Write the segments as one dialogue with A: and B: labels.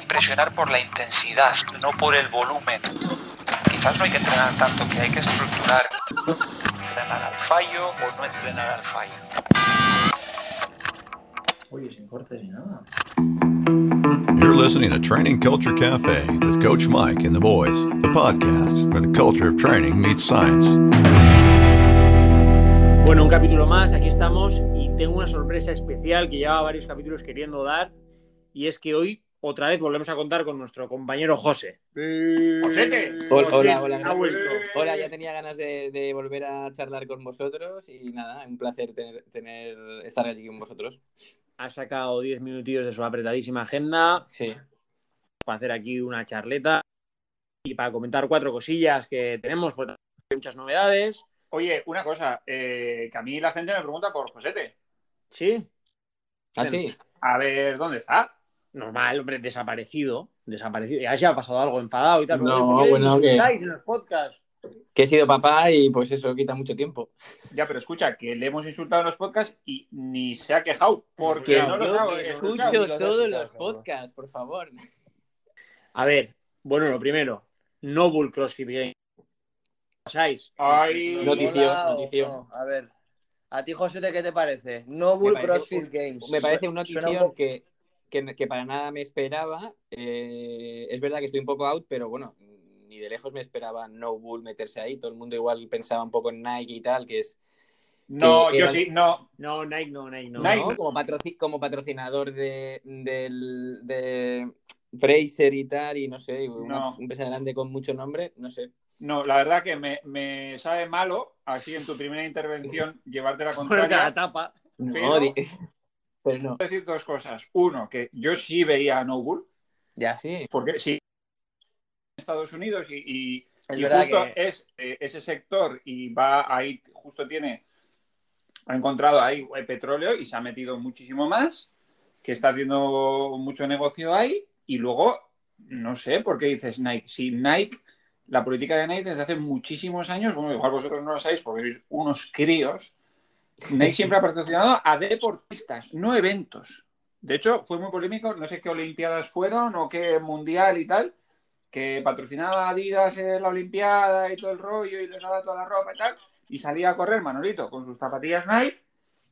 A: impresionar por la intensidad, no por el volumen. Quizás no hay que entrenar tanto, que hay que estructurar. Entrenar al fallo o no entrenar al fallo.
B: Oye, sin cortes ni nada.
C: You're listening to Training Culture Cafe with Coach Mike and the boys, the podcast where the culture of training meets science.
D: Bueno, un capítulo más, aquí estamos y tengo una sorpresa especial que llevaba varios capítulos queriendo dar y es que hoy otra vez volvemos a contar con nuestro compañero José.
E: Eh,
D: ¡Josete!
E: Hola,
D: José,
E: hola,
D: ha
E: hola.
D: vuelto.
E: Hola, ya tenía ganas de, de volver a charlar con vosotros y nada, un placer tener, tener- estar allí con vosotros.
D: Ha sacado 10 minutillos de su apretadísima agenda
E: Sí,
D: para hacer aquí una charleta y para comentar cuatro cosillas que tenemos, porque hay muchas novedades.
F: Oye, una cosa, eh, que a mí la gente me pregunta por Josete.
D: Sí,
E: así.
F: A ver, ¿dónde está?
D: normal, hombre, desaparecido. Desaparecido. Ya se ha pasado algo enfadado y tal. pero
E: No,
D: ¿por qué
E: bueno, que-
D: insultáis en los podcasts?
E: que he sido papá y pues eso quita mucho tiempo.
F: Ya, pero escucha, que le hemos insultado en los podcasts y ni se ha quejado, porque
E: Que
F: no
E: yo
F: los ha
E: me
G: Pues
F: escuchado.
E: escucho todos
G: escuchado,
E: los
G: seguro.
E: podcasts, por favor.
D: A ver, bueno, lo primero, no Bull CrossFit Game. ¿Pasáis?
F: Ay,
E: No, tío. Notición,
G: Hola, o-
E: notición.
G: no, A ver, a ti, José, ¿qué te parece? No Bull
E: parece
G: CrossFit
E: un-
G: Games.
E: Pues Me parece una
G: Suena
E: notición
G: un poco-
E: que, que, que para nada me esperaba. Eh, es verdad que estoy un poco out, pero bueno, ni de lejos me esperaba No Bull meterse ahí. Todo el mundo igual pensaba un poco en Nike y tal, que es
F: no,
E: que
F: yo
E: eran-
F: sí, no.
D: No, Nike no, Nike no.
E: ¿no?
F: Nike.
E: como, patroci- como patrocinador de, del- de Fraser y tal, y no sé, una
F: No.
E: empresa grande con mucho nombre, no sé.
F: No, la verdad que me, me sabe malo, así en tu primera intervención, llevarte la
D: Ponerte a la
F: contraria.
D: tapa.
E: No,
F: Pero-
E: di- pero no.
F: decir dos cosas. Uno, que yo sí vería a No Bull,
G: Ya,
E: Sí,
F: porque sí, en Estados Unidos y- y
G: es
F: y
G: verdad
F: justo
G: que...
F: es eh, ese sector y va ahí, justo tiene, ha encontrado ahí eh, petróleo y se ha metido muchísimo más, que está haciendo mucho negocio ahí y luego, no sé por qué dices Nike. Si Nike, la política de Nike desde hace muchísimos años, bueno, igual vosotros no lo sabéis porque sois unos críos, Nike siempre ha patrocinado a deportistas, no eventos. De hecho, fue muy polémico, no sé qué Olimpiadas fueron o qué Mundial y tal, que patrocinaba a Adidas en la Olimpiada y todo el rollo y les daba toda la ropa y tal, y salía a correr Manolito con sus zapatillas Nike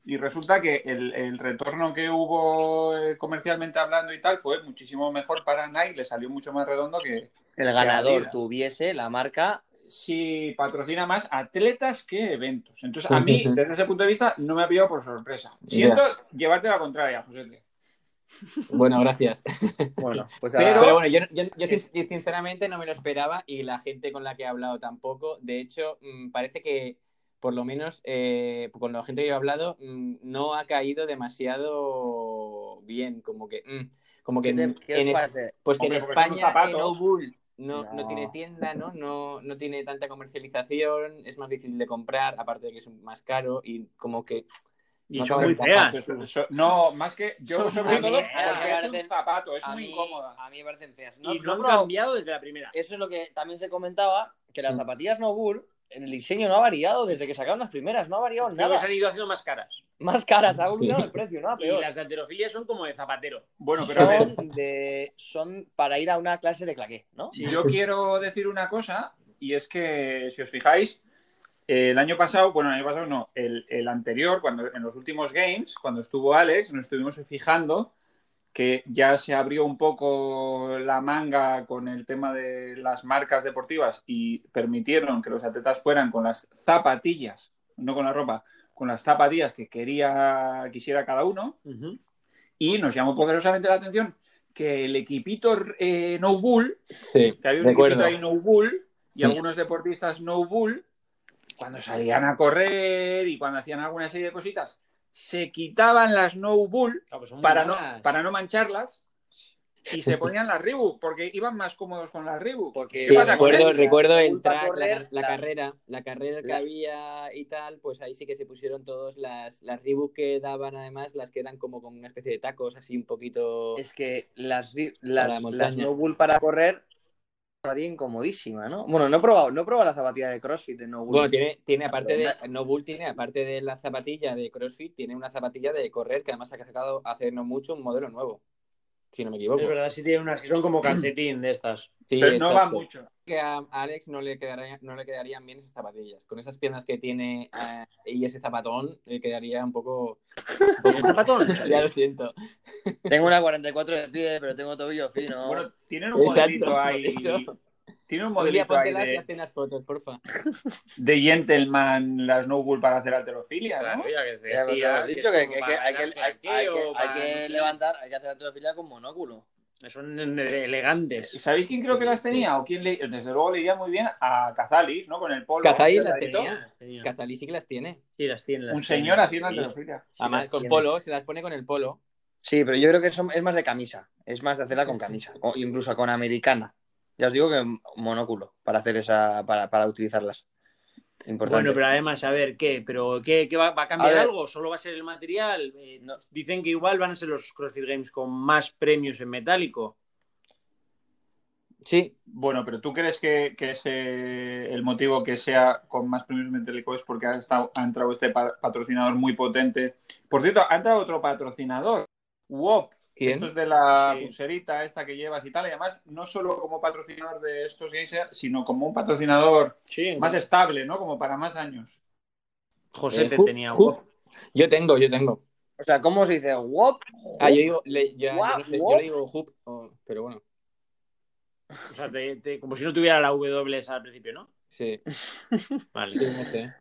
F: y resulta que el, el retorno que hubo eh, comercialmente hablando y tal fue muchísimo mejor para Nike, le salió mucho más redondo que
G: el
F: que
G: ganador
F: Adidas.
G: tuviese la marca.
F: si patrocina más atletas que eventos. Entonces,
E: Sí,
F: a
E: sí,
F: mí,
E: sí.
F: desde ese punto de vista, no me ha pillado por sorpresa.
E: Ya.
F: Siento llevarte la contraria, José.
E: bueno, gracias.
G: Bueno, pues
F: Pero-
E: Pero bueno, yo, yo, yo sin- yo sinceramente no me lo esperaba y la gente con la que he hablado tampoco. De hecho, mm, parece que por lo menos eh, con la gente que yo he hablado mm, no ha caído demasiado bien, como que... mm, como que
G: ¿qué, te-
E: en-
G: qué os
E: en-
G: parece?
E: Pues que
F: Hombre,
E: en
F: porque son
E: España
F: zapatos.
E: el No Bull no,
G: No.
E: no tiene tienda, ¿no? ¿no? No tiene tanta comercialización, es más difícil de comprar, aparte de que es más caro y como que...
D: Y
E: No
D: son
E: cabe
D: muy
E: en la
D: feas.
F: Eso- eso- no, más que yo,
D: Son
F: sobre
G: muy
F: todo,
G: feas.
F: porque es un zapato, es
G: A
F: muy
G: mí,
F: incómoda.
G: a mí me parecen feas.
D: Y no
G: No,
D: han
G: no,
D: cambiado desde la primera.
G: eso es lo que también se comentaba, que las
E: Mm.
G: zapatillas No Bull, el diseño no ha variado desde que sacaron las primeras, no ha variado
D: Creo que
G: nada.
D: se han ido haciendo más caras.
G: Más caras, ha
E: Sí.
G: aumentado el precio, ¿no? A
D: Y
G: peor.
D: las de alterofilia son como de zapatero.
F: Bueno, pero a ver,
G: Son, de, son para ir a una clase de claqué, ¿no?
F: yo quiero decir una cosa, y es que, si os fijáis, eh, el año pasado, bueno, el año pasado no, el, el anterior, cuando en los últimos games, cuando estuvo Alex, nos estuvimos fijando que ya se abrió un poco la manga con el tema de las marcas deportivas y permitieron que los atletas fueran con las zapatillas, no con la ropa, con las zapatillas que quería, quisiera cada uno. Y nos llamó poderosamente la atención que el equipito eh, No Bull,
E: Sí,
F: que había un equipito ahí No Bull, y algunos deportistas No Bull, cuando salían a correr y cuando hacían alguna serie de cositas, se quitaban las No Bull
D: pues
F: para no, para no mancharlas y se ponían las Reebok, porque iban más cómodos con las Reebok.
E: Pues
G: Porque
F: ¿Qué pasa con
E: recuerdo,
F: eso?
E: recuerdo el
G: Culpa
E: track, la,
G: correr,
E: la
G: las-
E: carrera, la carrera que
G: la-
E: había y tal, pues ahí sí que se pusieron todos las, las Reebok que daban además, las que eran como con una especie de tacos, así un poquito...
G: Es que las, di- las,
E: Para la montaña.
G: las no bull para correr zapatillas incomodísima, ¿no? Bueno, no he probado, no he probado la zapatilla de CrossFit de no bull.
E: Bueno, tiene, tiene aparte de,
G: Perdona.
E: No Bull tiene, aparte de la zapatilla de CrossFit, tiene una zapatilla de correr que además ha sacado hace no mucho un modelo nuevo. si no me equivoco.
D: Es verdad, sí tiene unas que son como calcetín de estas.
E: Sí,
F: Pero no va
E: exacto.
F: mucho.
E: que a a Alex no le, quedaría, no le quedarían bien esas zapatillas. Con esas piernas que tiene eh, y ese zapatón, le quedaría un poco...
D: ¿El zapatón?
E: ya lo siento.
G: Tengo una 44 de pie, pero tengo tobillo fino.
F: Bueno, tienen un
E: Exacto,
F: modelito ahí.
E: eso.
F: Tiene un modelito
E: Julia,
F: ahí
E: póntelas y
F: de,
E: hazte unas fotos, porfa.
F: de gentleman, las Snowball para hacer alterofilia, ¿no?
D: que
G: ya nos hemos dicho que, que- que hay que, hay- hay que- hay que levantar, hay que hacer la teofila con monóculo.
D: Son elegantes.
F: ¿Sabéis quién creo que las tenía? ¿O quién le... Desde luego le iría muy bien a Cazalis, ¿no? Con el polo.
E: Cazalis las
F: pegadito.
E: tenía. Catalí sí que las tiene.
D: Sí, las tiene.
F: Un señor haciendo
D: Sí.
F: alterofilia.
E: Además,
D: las
E: con
D: tiene.
E: polo, se las pone con el polo.
G: Sí, pero yo creo que eso es más de camisa. Es más de hacerla con camisa. O incluso con americana. Ya os digo que monóculo para hacer esa, para, para utilizarlas. Importante.
D: Bueno, pero además, a ver, ¿qué? ¿Pero qué, qué va, va a
G: A
D: cambiar
G: ver.
D: algo? ¿Solo va a ser el material? Eh,
G: No.
D: Dicen que igual van a ser los CrossFit Games con más premios en metálico.
E: Sí,
F: Bueno, pero ¿tú crees que, que es eh, el motivo que sea con más premios Metálico es porque ha, estado- ha entrado este pa- patrocinador muy potente? Por cierto, ha entrado otro patrocinador, WOP.
E: ¿quién? Eh,
F: Esto es de la
D: Sí.
F: pulserita esta que llevas y tal. Y además, no solo como patrocinador de estos games, sino como un patrocinador
D: Sí.
F: más estable, ¿no? Como para más años.
D: José
E: Eh,
D: te
E: ju-
D: tenía
E: ju-
D: guapo.
E: Yo tengo, yo tengo.
G: O sea, ¿cómo se dice? ¿Wop?
E: Ah, yo digo, le, ya- yo,
G: Guau,
E: no sé, yo
G: guau.
E: le digo hoop, o- pero bueno,
D: O sea, te- te- como si no tuviera la W esa al principio, ¿no?
E: sí, sí,
D: Vale.
E: no sé.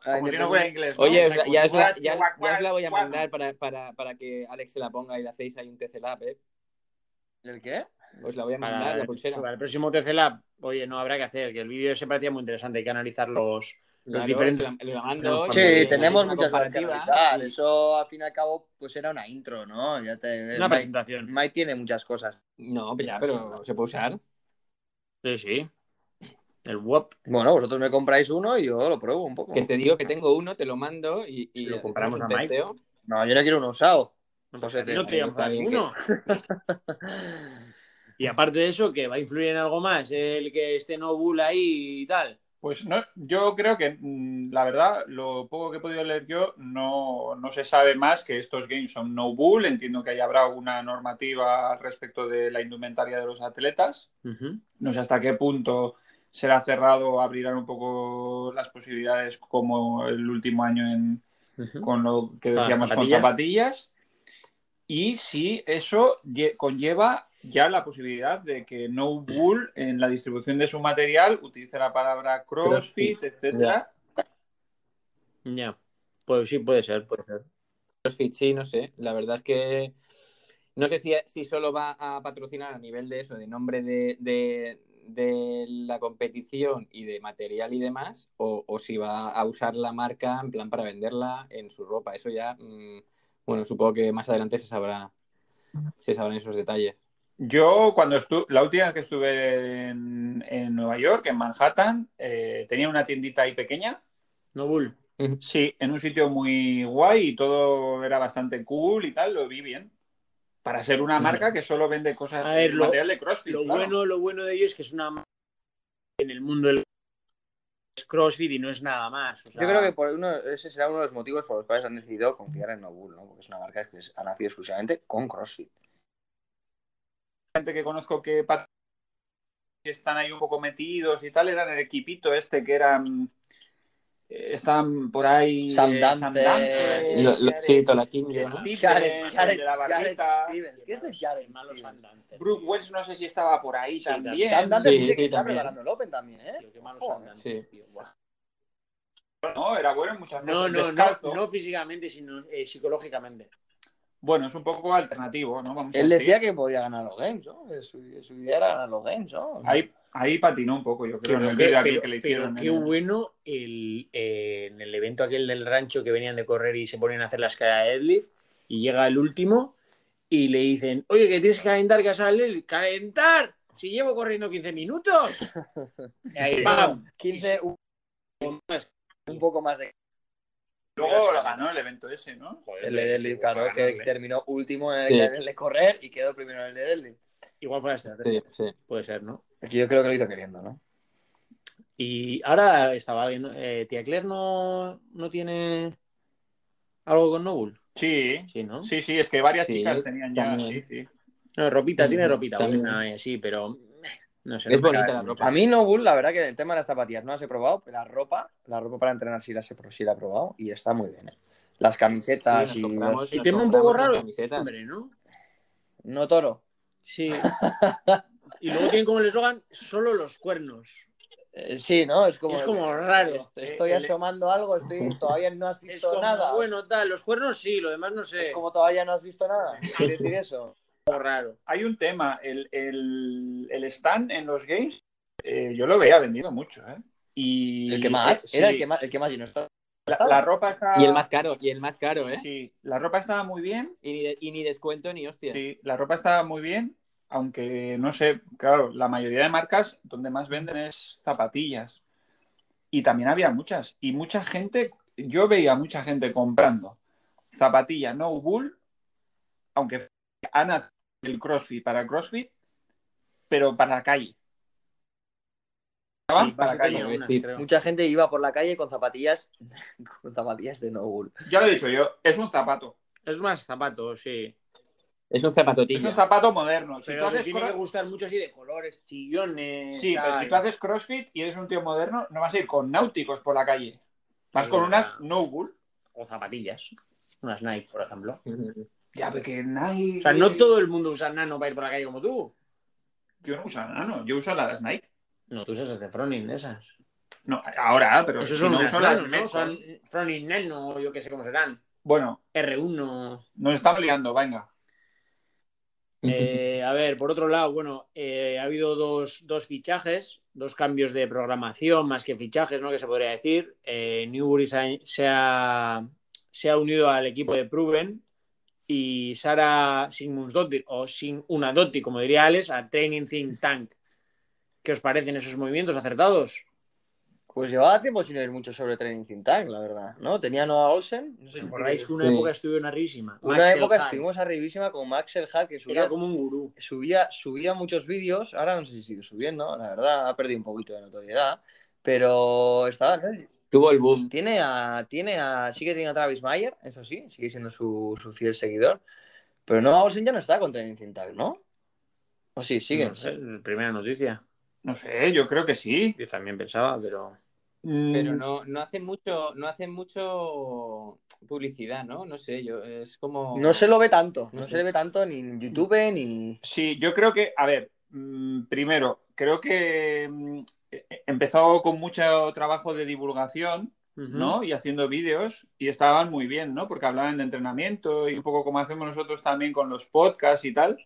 F: Como si no
G: Ah, independiente-
F: fuera inglés. ¿no?
E: Oye,
F: O
E: os
F: sea,
E: la-
F: como
E: ya
F: si
E: os la,
F: fuera
E: ya-
F: chihuahua,
E: ya os la voy a
F: chihuahua.
E: mandar para, para, para que Alex se la ponga y le hacéis ahí un TC Lab, ¿eh?
G: ¿El qué?
E: Os la voy a mandar,
D: Para,
E: la pulsera.
D: para el próximo TC Lab, oye, no habrá que hacer, que el vídeo ese parecía muy interesante, hay que analizar los...
E: Claro,
D: diferentes-
E: se la- os la mando
D: Sí,
E: y
G: Sí,
E: hacéis
G: tenemos
E: una
G: muchas cosas que
E: comparativa.
G: analizar. Eso, al fin y al cabo, pues era una intro, ¿no? Ya te...
D: Una
G: Mike,
D: presentación.
G: Mike tiene muchas cosas.
E: No, pero,
G: Ya,
E: pero se puede usar.
D: Sí, sí. El WOP.
G: Bueno, vosotros me compráis uno y yo lo pruebo un poco.
E: Que te digo que tengo uno, te lo mando y, y
D: Si lo
E: hacemos
D: comparamos
E: un
D: a Mike.
E: testeo.
G: No, yo no quiero uno usado. José,
D: no
G: te-
D: te llamas
E: está bien
D: ninguno. Y aparte de eso, que va a influir en algo más, el que esté no bull ahí y tal.
F: Pues no, yo creo que mm, la verdad, lo poco que he podido leer yo, no, no se sabe más que estos games son no bull. Entiendo que ahí habrá una normativa al respecto de la indumentaria de los atletas. No sé hasta qué punto será cerrado o abrirán un poco las posibilidades como el último año en, con lo que
D: Con las
F: decíamos con zapatillas. Y si eso lle- conlleva ya la posibilidad de que No Bull en la distribución de su material utilice la palabra CrossFit, etcétera.
D: Ya. Pues sí, puede ser, puede ser.
E: CrossFit, sí, no sé. La verdad es que no sé si, si solo va a patrocinar a nivel de eso, de nombre de, de- de la competición y de material y demás, o, o si va a usar la marca en plan para venderla en su ropa. Eso ya, mm, bueno, supongo que más adelante se sabrá, se sabrán esos detalles.
F: Yo cuando estuve, la última vez que estuve en, en Nueva York, en Manhattan, eh, tenía una tiendita ahí pequeña.
D: No bull.
F: Sí, en un sitio muy guay y todo era bastante cool y tal, lo vi bien. Para ser una marca que solo vende cosas,
D: A ver, lo-
F: material de CrossFit,
D: Lo
F: claro.
D: bueno, lo bueno de ello es que es una marca en el mundo del es CrossFit y no es nada más. o sea,
G: Yo creo que por uno, ese será uno de los motivos por los cuales han decidido confiar en Nobull, ¿no? Porque es una marca que es- ha nacido exclusivamente con CrossFit.
F: gente que conozco que pat- que están ahí un poco metidos y tal, eran el equipito este que eran eh, están por ahí
G: Sam
F: eh,
G: Dance.
F: Dance,
G: Lo- lo-
E: sí, toda Eh, la
F: que
E: quinta.
F: Stevens,
G: Jared-
F: el
G: Jared-
F: de la
G: Jared
F: barbita,
G: Stevens. ¿Qué es de Jared
D: Malos
G: Stevens?
D: andantes.
F: Brooke Wells no sé si estaba por ahí
D: Sí,
F: también.
G: Sam Dante
E: Sí,
G: dice que
E: sí,
G: está
E: también.
G: preparando el Open también, ¿eh?
D: Tío, qué malos
G: Ojo,
D: andantes,
E: sí.
D: tío, guau.
F: No, era bueno en muchas
D: No,
F: cosas,
D: no, no,
F: descalzo.
D: no físicamente, sino eh, psicológicamente.
F: Bueno, es un poco alternativo, ¿no? Vamos a
G: Él
F: decir.
G: decía que podía ganar los games, ¿no? Que su, que su idea era ganar los games, ¿no?
F: ahí, ahí patinó un poco, yo creo, en
D: Pero
F: el
D: qué-
F: vídeo aquel
D: pero-
F: que le
D: pero
F: hicieron.
D: qué
F: en el-
D: bueno el, eh, en el evento aquel del rancho que venían de correr y se ponían a hacer la escala de deadlift y llega el último y le dicen, oye, que tienes que calentar, que sale el calentar, si llevo corriendo 15 minutos. Y ahí, ¡pam!
G: 15, un, un poco más de.
F: Luego lo ganó el evento ese, ¿no?
D: Joder,
G: El de deadlift, claro,
D: para
G: que
D: ganarle.
G: terminó último en el,
E: Sí.
G: en el de correr y quedó primero en el de deadlift.
D: Igual fue la estrategia,
E: Sí, sí.
D: puede ser, ¿no?
G: Aquí yo creo que lo hizo queriendo, ¿no?
D: Y ahora estaba alguien, ¿no? Eh, tía Claire no, no tiene algo con Noble.
F: Sí,
D: Sí, ¿no?
F: sí, sí, es que varias
E: Sí,
F: chicas tenían ya. sí,
E: también.
F: sí.
D: No, ropita, tiene ropita.
E: Mm, También.
D: buena, eh, sí, pero. eh, No sé.
E: Es
D: no me
E: bonita
D: cae
E: la
D: mucho.
E: ropa.
G: A mí no, Bull, la verdad que el tema de las zapatillas no las he probado. pero La ropa, la ropa para entrenar sí la he, sí la he probado y está muy bien. ¿eh? Las camisetas
E: Sí,
G: y
E: nos compramos-
G: los-
D: Y
E: nos
D: tema un poco
E: compramos
D: raro.
E: camisetas.
D: Hombre, ¿no?
G: No toro.
D: Sí. y luego tienen como el eslogan solo los cuernos.
G: Eh, sí, ¿no? Es como...
D: Es como raro.
G: Est- Estoy
D: Eh, el-
G: asomando algo, estoy todavía no has
D: Es
G: visto
D: como,
G: nada.
D: bueno, eh. tal, los cuernos sí, lo demás no sé.
G: Es como todavía no has visto nada. ¿Quieres decir eso?
D: como raro.
F: Hay un tema, el, el, el stand en los games, eh, yo lo veía vendido mucho, ¿eh? Y,
G: El que más,
F: eh, sí,
G: era el que más, el que más lleno estaba.
F: La, la ropa está...
E: Y el más caro, y el más caro, ¿eh?
F: Sí, la ropa estaba muy bien.
E: Y, ni y ni descuento ni hostias.
F: Sí, la ropa estaba muy bien, aunque no sé, claro, la mayoría de marcas donde más venden es zapatillas. Y también había muchas. Y mucha gente, yo veía mucha gente comprando zapatillas no bull, aunque Ana el CrossFit para CrossFit, pero para la calle. Estaban para la
D: Tenía
F: calle.
D: unas,
E: vestir.
D: creo.
G: Mucha gente iba por la calle con zapatillas, con zapatillas de no Bull.
F: Ya lo he dicho yo, es un zapato.
D: Es más zapatos, sí.
E: Es un
F: Es un
E: zapatotillo.
F: zapato moderno. Si tú
D: Pero te
F: haces
D: tiene que
F: cro-
D: gustar mucho así de colores, chillones.
F: Sí, pero
D: tal.
F: si tú haces CrossFit y eres un tío moderno, no vas a ir con náuticos por la calle. Vas
D: Es
F: con
D: verdad.
F: unas no bull.
D: O zapatillas. Unas Nike, por ejemplo.
F: Ya, porque Nike.
D: O sea, no todo el mundo usa nano para ir por la calle como tú.
F: eh, Yo no uso nano, yo uso las Nike.
D: No, tú usas las de Fronin, esas.
F: No, ahora, pero
D: Eso
F: si
D: son
F: no
D: unas
F: uso
D: nano,
F: las
D: ¿no?
F: Metcon.
D: Son Fronin Nano, o yo qué sé cómo serán.
F: Bueno,
D: R1.
F: nos estamos liando, venga.
D: Eh, a ver, por otro lado, bueno, eh, ha habido dos, dos fichajes, dos cambios de programación, más que fichajes, ¿no? Que se podría decir. Eh, Newbury se ha, se ha- se ha unido al equipo de Proven y Sara Sigmundsdottir, o sin una Dotti, como diría Alex, a Training Think Tank. ¿Qué os parecen esos movimientos acertados?
G: Pues llevaba tiempo sin oír mucho sobre Training Think Tank, la verdad. ¿No? Tenía Noah Olsen. No sé si-
D: ¿Recordáis que una
E: Sí.
D: época estuvieron arribísima?
G: Una
D: Max
G: época
D: Elhaj
G: estuvimos arribísima con Maxel Hall, que subía,
D: Era como un gurú.
G: subía, subía muchos vídeos. Ahora no sé si sigue subiendo, la verdad. Ha perdido un poquito de notoriedad. Pero estaba.
E: Tuvo el boom.
G: Tiene a, tiene a. Sí que tiene a Travis Mayer, eso sí, sigue siendo su, su fiel seguidor. Pero Noah Olsen ya no está con Training Think Tank, ¿no? O sí, sigue.
D: No sé, primera noticia.
F: No sé, yo creo que sí.
D: Yo también pensaba, pero.
E: Pero
F: Mm,
E: no, no hace mucho, no hace mucho publicidad, ¿no? No sé, yo es como.
G: No se lo ve tanto, no
E: No sé.
G: se le ve tanto ni en YouTube ni.
F: Sí, yo creo que, a ver, mm, primero, creo que mm, eh, empezó con mucho trabajo de divulgación. ¿no? Y haciendo vídeos y estaban muy bien, ¿no? Porque hablaban de entrenamiento y un poco como hacemos nosotros también con los podcasts y tal.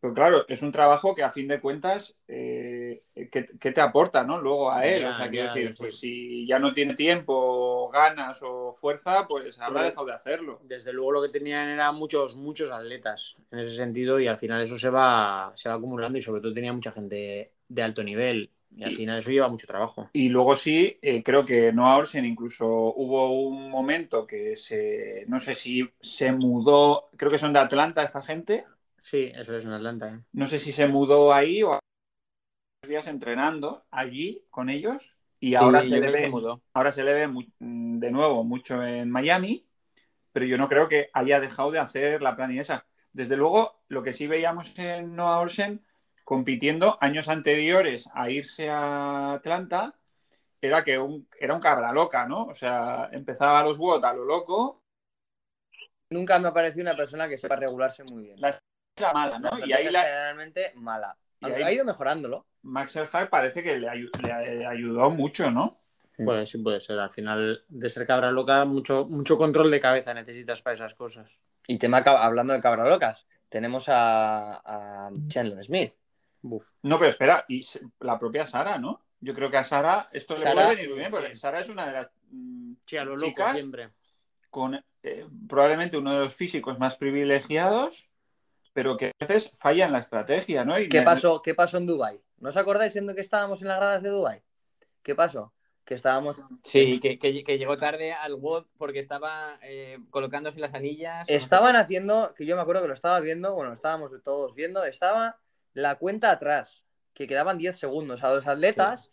F: Pero claro, es un trabajo que a fin de cuentas, eh, ¿qué, qué te aporta, ¿no? Luego a él,
D: Ya,
F: o sea, quiero
D: ya,
F: decir,
D: sí.
F: pues si ya no tiene tiempo, ganas o fuerza, pues habrá dejado de hacerlo.
D: desde luego lo que tenían eran muchos, muchos atletas en ese sentido y al final eso se va, se va acumulando y sobre todo tenía mucha gente de alto nivel y al
F: Y-
D: final eso lleva mucho trabajo.
F: Y luego sí, eh, creo que Noah Olsen incluso hubo un momento que se, no sé si se mudó, creo que son de Atlanta esta gente,
D: Sí, eso es en Atlanta. ¿eh?
F: no sé si se mudó ahí o a- días entrenando allí con ellos y ahora
E: Sí,
F: se
E: yo
F: le
E: creo que
F: ve
E: mudó.
F: ahora se le ve mu- mm, de nuevo mucho en Miami pero yo no creo que haya dejado de hacer la planilla desde luego lo que sí veíamos en Noah Olsen compitiendo años anteriores a irse a Atlanta era que un, era un cabra loca no o sea empezaba los WOT a lo loco
G: Nunca me ha parecido una persona que sepa regularse muy bien.
F: La- era mala no
G: La
F: y ahí
G: estrategia
F: la,
G: generalmente mala.
F: Y ahí-
G: Aunque Ha ido mejorándolo.
F: Max Elhag parece que le, ayu- le ayudó mucho no
G: Mm.
D: Pues sí puede ser, al final de ser cabra loca mucho, mucho control de cabeza necesitas para esas cosas.
G: Y tema ca- hablando de cabra locas, tenemos a, a Chandler Smith.
D: Buf.
F: No, pero espera, y se- la propia Sara, ¿no? Yo creo que a Sara esto le
D: Sara,
F: puede venir muy bien,
D: sí,
F: porque
D: sí.
F: Sara es una de las mm,
D: Sí, a lo loco
F: chicas
D: siempre.
F: con eh, probablemente uno de los físicos más privilegiados, pero que a veces falla en la estrategia, ¿no? Y
G: ¿Qué
F: me-
G: pasó, ¿Qué pasó en Dubai? ¿No os acordáis siendo que estábamos en las gradas de Dubai? ¿Qué pasó? Que estábamos,
E: Sí, que, que- que llegó tarde al WOD porque estaba eh, colocándose las anillas.
G: estaban haciendo, que yo me acuerdo que lo estaba viendo, bueno, lo estábamos todos viendo, estaba la cuenta atrás, que quedaban 10 segundos a los atletas,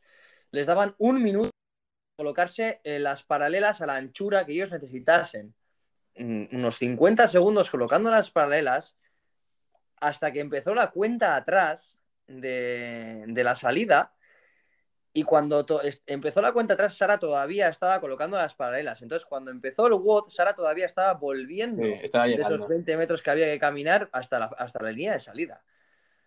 G: les daban un minuto para colocarse eh, las paralelas a la anchura que ellos necesitasen. mm, unos 50 segundos colocando las paralelas hasta que empezó la cuenta atrás de, de la salida. Y cuando to- es- empezó la cuenta atrás, Sara todavía estaba colocando las paralelas. Entonces, cuando empezó el WOD, Sara todavía estaba volviendo
E: Sí, estaba
G: de esos
E: llegando.
G: 20 metros que había que caminar hasta la, hasta la línea de salida.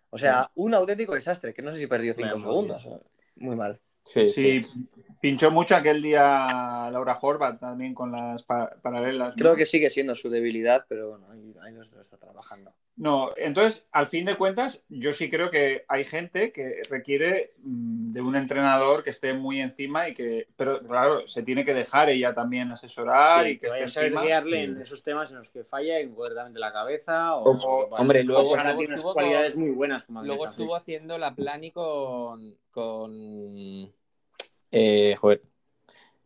G: O sea, un auténtico desastre, que no sé si perdió 5
E: Vaya,
G: segundos. ¿eh? Muy mal.
E: Sí, sí.
F: Sí, pinchó mucho aquel día Laura Horvath también con las pa- paralelas. ¿no?
G: Creo que sigue siendo su debilidad, pero bueno, ahí, ahí lo está trabajando.
F: No, entonces, al fin de cuentas, yo sí creo que hay gente que requiere mm, de un entrenador que esté muy encima y que, pero claro, se tiene que dejar ella también asesorar y
D: Sí,
F: que,
D: que vaya a
F: esté
D: saber
F: encima.
D: guiarle en esos temas en los que falla incorrectamente la cabeza. O,
E: Ojo,
D: o-
E: hombre, luego-
D: Sara
E: luego
D: tiene unas
E: estuvo
D: cualidades
E: con-
D: muy buenas como
E: Luego
D: atleta, sí.
E: estuvo haciendo la plani con. con. eh, joder,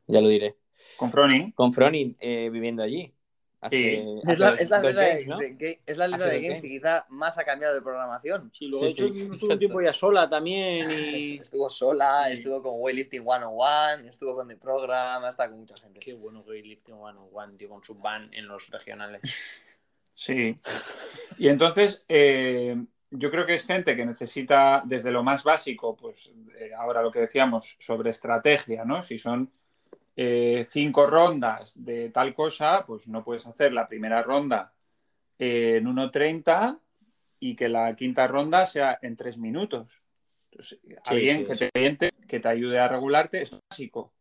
E: ya lo diré.
F: Con Froning.
E: Con Fronin eh, viviendo allí. Hace-
F: Sí.
E: hace
G: Es la,
E: los-
G: es la
E: los
G: letra de,
E: games, ¿no?
G: de Ga- es la letra
E: Hace
G: de
E: los
G: Games que
E: games.
G: quizá más ha cambiado de programación.
D: Sí, luego
E: Sí, sí,
D: estuvo- estuvo un
E: exacto.
D: tiempo ya sola también y.
G: Estuvo sola,
D: Sí.
G: estuvo con Weightlifting 101, estuvo con The Program, hasta con mucha gente.
D: Qué bueno que hoy Lifting One on One, tío, con su van en los regionales.
F: Sí. Y entonces, eh, yo creo que es gente que necesita, desde lo más básico, pues eh, ahora lo que decíamos sobre estrategia, ¿no? Si son eh, cinco rondas de tal cosa, pues no puedes hacer la primera ronda eh, en 1.30 y que la quinta ronda sea en tres minutos. Entonces, alguien
D: sí,
F: que,
D: sí.
F: Te, oriente, que te ayude a regularte es básico.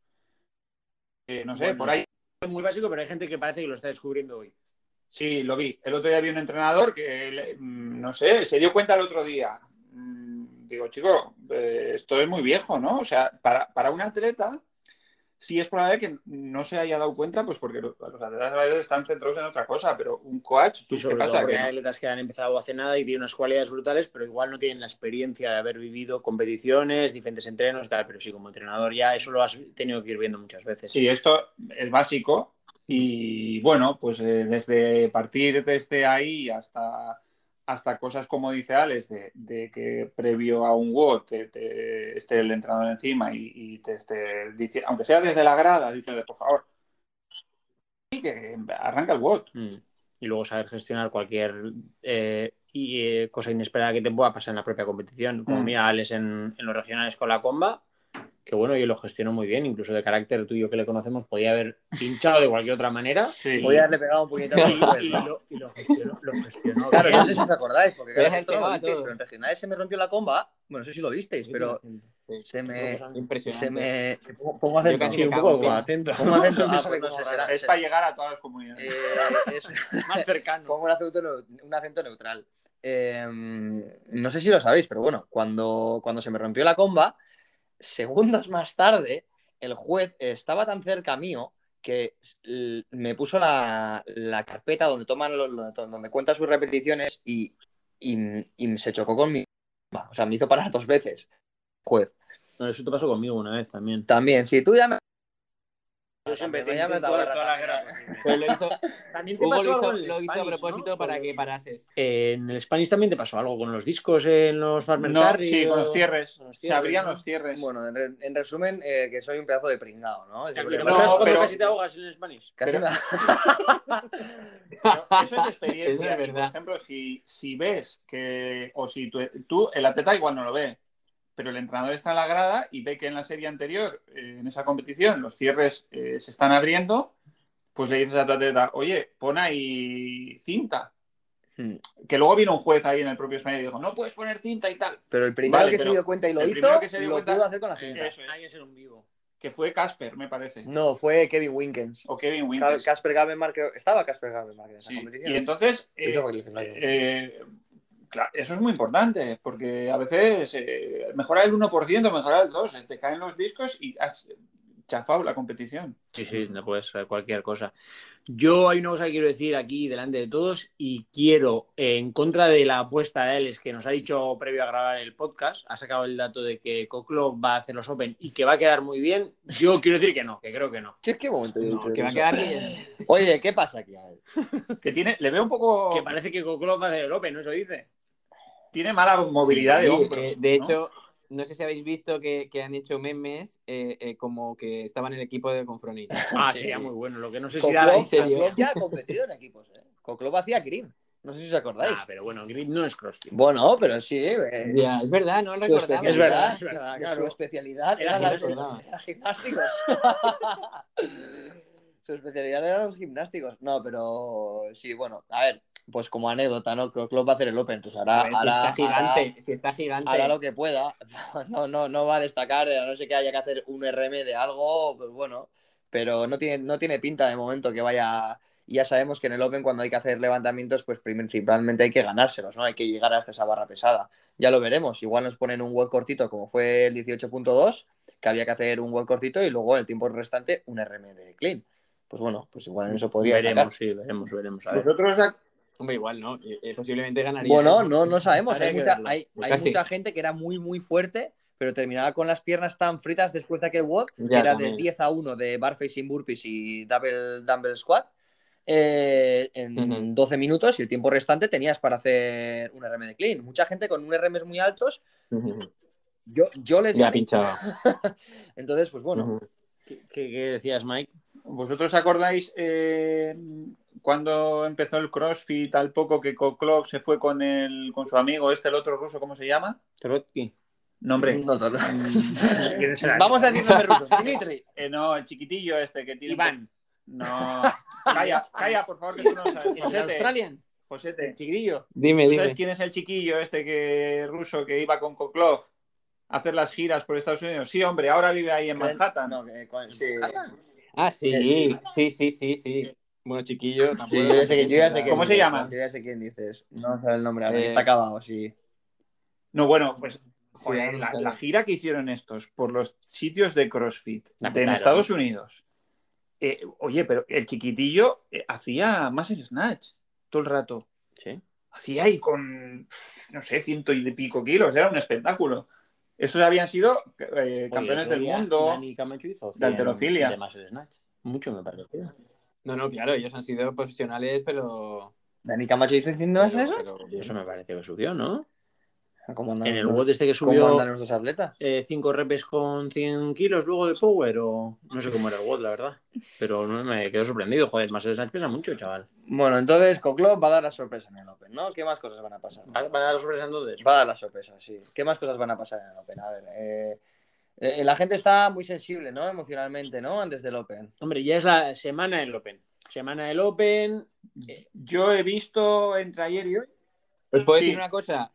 F: Eh, no sé,
D: Bueno.
F: por ahí
D: Es muy básico, pero hay gente que parece que lo está descubriendo hoy.
F: Sí, lo vi. El otro día vi un entrenador que, le- mm, no sé, se dio cuenta el otro día. Mm, Digo, chico, eh, esto es muy viejo, ¿no? O sea, para, para un atleta, sí es probable que no se haya dado cuenta, pues porque los, los atletas a veces están centrados en otra cosa, pero un coach, ¿tú
D: Y sobre
F: qué
D: todo
F: pasa?
D: porque
F: Que
D: hay atletas que han empezado hace nada y tienen unas cualidades brutales, pero igual no tienen la experiencia de haber vivido competiciones, diferentes entrenos y tal. Pero sí, como entrenador ya eso lo has tenido que ir viendo muchas veces.
F: Sí, esto es básico y bueno, pues eh, desde partir desde ahí hasta, hasta cosas como dice Alex, de, de que previo a un WOD te, te esté el entrenador encima y, y te esté diciendo, aunque sea desde la grada, diciendo, por favor, y que arranca el WOD.
D: Mm. Y luego saber gestionar cualquier eh, y, eh, cosa inesperada que te pueda pasar en la propia competición. Como
F: Mm.
D: mira Alex en, en los regionales con la comba, que bueno, yo lo gestionó muy bien, incluso de carácter tuyo que le conocemos, podía haber pinchado de cualquier otra manera.
F: Sí.
G: Voy a darle pegado un poquito.
D: Y, y lo, y lo gestionó, lo gestionó
G: Claro,
D: bien.
G: no sé si os acordáis, porque
E: Pero
G: claro,
E: es el
G: esto no lo
E: tema,
G: visteis,
E: todo.
G: pero en regionales se me rompió la comba. Bueno, no sé si lo visteis, pero se me,
E: Impresionante.
G: se me te pongo, pongo acento.
E: casi
G: ¿no?
E: un poco
G: Pongo
D: atento.
G: acento.
D: No
G: Ah,
D: sabe
G: pues no
D: cómo
G: sé,
D: hablar.
G: será.
F: Es
G: será-
F: para llegar a todas las comunidades.
G: eh, es-
D: Más cercano.
G: pongo un acento, neu- un acento neutral. Eh, no sé si lo sabéis, pero bueno, cuando, cuando se me rompió la comba, segundos más tarde, el juez estaba tan cerca mío que l- me puso la, la carpeta donde toman los- lo- donde cuenta sus repeticiones y, y- y se chocó con mi comba. O sea, me hizo parar dos veces. Juez.
D: No, eso te pasó conmigo una vez también.
G: También, si tú ya me.
D: Yo siempre te
G: Me llama
D: intento
G: Tabarra
D: dar todas las
G: también.
D: gracias.
E: Pero lo hizo,
D: También te
E: Hugo
D: pasó
E: lo hizo,
D: algo en el
E: lo hizo a
D: Spanish,
E: propósito
D: ¿no?
E: para
D: Joder.
E: que parases.
D: Eh, en el Spanish también te pasó algo con los discos en los
F: No,
D: farmercar.
F: sí, con los cierres.
D: con los
F: Se
D: cierres,
F: abrían
D: ¿no?
F: los cierres.
G: Bueno, en, re- en resumen, eh, que soy un pedazo de pringado, ¿no?
D: Tranquilo,
F: No,
D: pero-
F: pero-
D: casi te ahogas en el Spanish.
G: Casi
F: pero-
G: me-
F: Pero eso es experiencia.
E: Eso es verdad.
F: Por ejemplo, si, si ves que, o si tú, tú, el atleta igual no lo ve, pero el entrenador está en la grada y ve que en la serie anterior, eh, en esa competición, los cierres eh, se están abriendo, pues le dices a tu atleta, oye, pon ahí cinta.
G: Hmm.
F: Que luego vino un juez ahí en el propio español y dijo, no puedes poner cinta y tal.
G: Pero el primero
F: Vale,
G: que
F: pero
G: se dio cuenta y lo
F: el primero
G: hizo,
F: que se dio
G: lo
F: cuenta- eh,
G: pudo hacer con la cinta.
F: Eso es.
D: Hay que ser un vivo.
F: Que fue Casper, me parece.
E: Hmm.
G: No, fue Kevin Winkens.
F: O Kevin
G: Ca-
F: Winters.
G: Casper Gabenmark, creo. Estaba Casper Gabenmark en esa
F: Sí.
G: competición.
F: Y entonces, eh,
G: Hizo Weightlifting Live.
F: Eh, claro, eso es muy importante, porque a veces eh, mejorar el 1%, mejorar el 2%, eh, te caen los discos y has chafado la competición.
D: Sí, sí, no puedes ser cualquier cosa. Yo hay una cosa que quiero decir aquí delante de todos y quiero, eh, en contra de la apuesta de Alex que nos ha dicho previo a grabar el podcast, ha sacado el dato de que Coclo va a hacer los Open y que va a quedar muy bien. Yo quiero decir que no, que creo que no.
G: Sí, qué momento he
E: No,
G: dicho
E: que va a
G: eso.
E: quedar bien.
G: Oye, ¿qué pasa aquí? A ver.
F: Que tiene, le veo un poco.
D: Que parece que Coclo va a hacer el Open, ¿no? Eso dice.
F: Tiene mala movilidad de
E: Sí,
F: hombro.
E: eh, de
F: ¿no?
E: hecho, no sé si habéis visto que, que han hecho memes eh, eh, como que estaba en el equipo de Confronita.
D: Ah,
G: Sí.
D: sería muy bueno. Lo que no sé si era la
G: Koklov,
E: serio.
G: Koklov ya ha competido en equipos, ¿eh? Koklov hacía Green. No sé si os acordáis.
D: Ah, pero bueno, Grip no es CrossFit.
G: Bueno, pero sí. eh,
E: Ya, es verdad, no lo
G: su
E: recordaba.
D: es
G: especialidad-
D: verdad, es verdad,
G: de
D: claro.
G: Su especialidad
D: Era
G: era la-
E: gimnástica.
G: era gimnásticos. su especialidad eran los gimnásticos. No, pero sí, bueno, a ver, pues como anécdota, ¿no? Creo que lo va a hacer el Open, pues hará,
E: A ver, si
G: hará-
E: está
G: hará-
E: gigante, si está gigante.
G: hará lo que pueda. No, no, no va a destacar, a no ser que haya que hacer un RM de algo, pues bueno. Pero no tiene, no tiene pinta de momento que vaya. Ya sabemos que en el Open, cuando hay que hacer levantamientos, pues principalmente hay que ganárselos, ¿no? Hay que llegar hasta esa barra pesada. Ya lo veremos. Igual nos ponen un web cortito, como fue el 18.2, que había que hacer un web cortito y luego el tiempo restante un RM de clean. Pues bueno, pues igual en eso podría destacar.
D: Veremos, sí, veremos, veremos. A ver.
F: Vosotros ac-
E: Hombre, igual, ¿no? Eh, eh, posiblemente ganaría.
G: Bueno, no, no sabemos.
E: Habría
G: Hay
E: que
G: mucha,
E: verlo.
G: hay,
E: Pues
G: hay
E: casi.
G: mucha gente que era muy, muy fuerte, pero terminaba con las piernas tan fritas después de aquel WOD, que
E: Ya,
G: era
E: también.
G: de 10 a 1 de bar facing burpees y double, dumbbell squat. eh, en
E: Ujú.
G: 12 minutos y el tiempo restante tenías para hacer un RM de clean. Mucha gente con un RM muy altos, yo, yo les...
E: Ya pinchaba.
G: Entonces, pues bueno,
E: Ujú.
D: ¿Qué, qué- qué decías, Mike?
F: ¿Vosotros acordáis eh, cuando empezó el CrossFit al poco que Koklov se fue con el con su amigo este el otro ruso cómo se llama?
D: Trotsky.
F: Nombre.
D: Mm.
G: no, no, no.
D: ¿Quién será?
G: vamos a decir nombres rusos. Dimitri.
F: Eh, no, el chiquitillo este que tiene
D: Iván.
F: No. Calla, calla, por favor, que tú no lo sabes.
D: Pues ¿El
F: Josete,
D: Australian?
F: Josete.
D: ¿El chiquillo?
E: Dime,
F: ¿Tú ¿Sabes
E: dime.
F: quién es el chiquillo este que ruso que iba con Koklov a hacer las giras por Estados Unidos? Sí, hombre, ahora vive ahí en Manhattan.
G: No, que con- sí.
E: Ah, sí, sí, sí, sí, sí. Bueno, chiquillo, tampoco.
G: Eh, Sí, yo ya sé que- yo ya sé quién
F: ¿Cómo se
G: dices,
F: llama?
G: Yo ya sé quién dices. No sé el nombre, ahora que
E: Eh,
G: está acabado, sí.
F: No, bueno, pues
E: Sí,
F: joder,
E: ahora
F: la,
E: sale.
F: la gira que hicieron estos por los sitios de CrossFit
D: La
F: en
D: petaron.
F: Estados Unidos. Eh, oye, pero el chiquitillo eh, hacía más el snatch todo el rato.
D: Sí.
F: Hacía ahí con, no sé, ciento y de pico kilos. Era un espectáculo. Estos habían sido eh, campeones del mundo.
D: Dani Camacho hizo
F: de halterofilia.
D: de Muscle Snatch. Mucho me parece.
E: No, no, claro, ellos han sido profesionales, pero.
G: ¿Dani Camacho hizo haciendo eso? Ah,
E: pero- pero-
D: Eso me parece que subió, ¿no?
G: ¿Cómo andan,
D: En el
G: los-
D: WOD este que
G: cómo
D: subió
G: andan nuestros atletas?
D: 5 repes con 100 kilos luego de power o... No sé cómo era el WOD, la verdad. Pero no me quedo sorprendido. Joder, Muscle Snatch pesa mucho, chaval.
G: Bueno, entonces Cocklow va a dar la sorpresa en el Open, ¿no? ¿Qué más cosas van a pasar?
D: ¿Van a dar sorpresa entonces?
G: Va a dar la sorpresa, sí. ¿Qué más cosas van a pasar en el Open? A ver, eh, eh, la gente está muy sensible, ¿no? Emocionalmente, ¿no? Antes del Open.
D: Hombre, ya es la semana del Open. Semana del Open.
F: Yo he visto entre ayer y hoy.
D: Pues
E: ¿Os Pues puedo
F: Sí.
E: decir una cosa?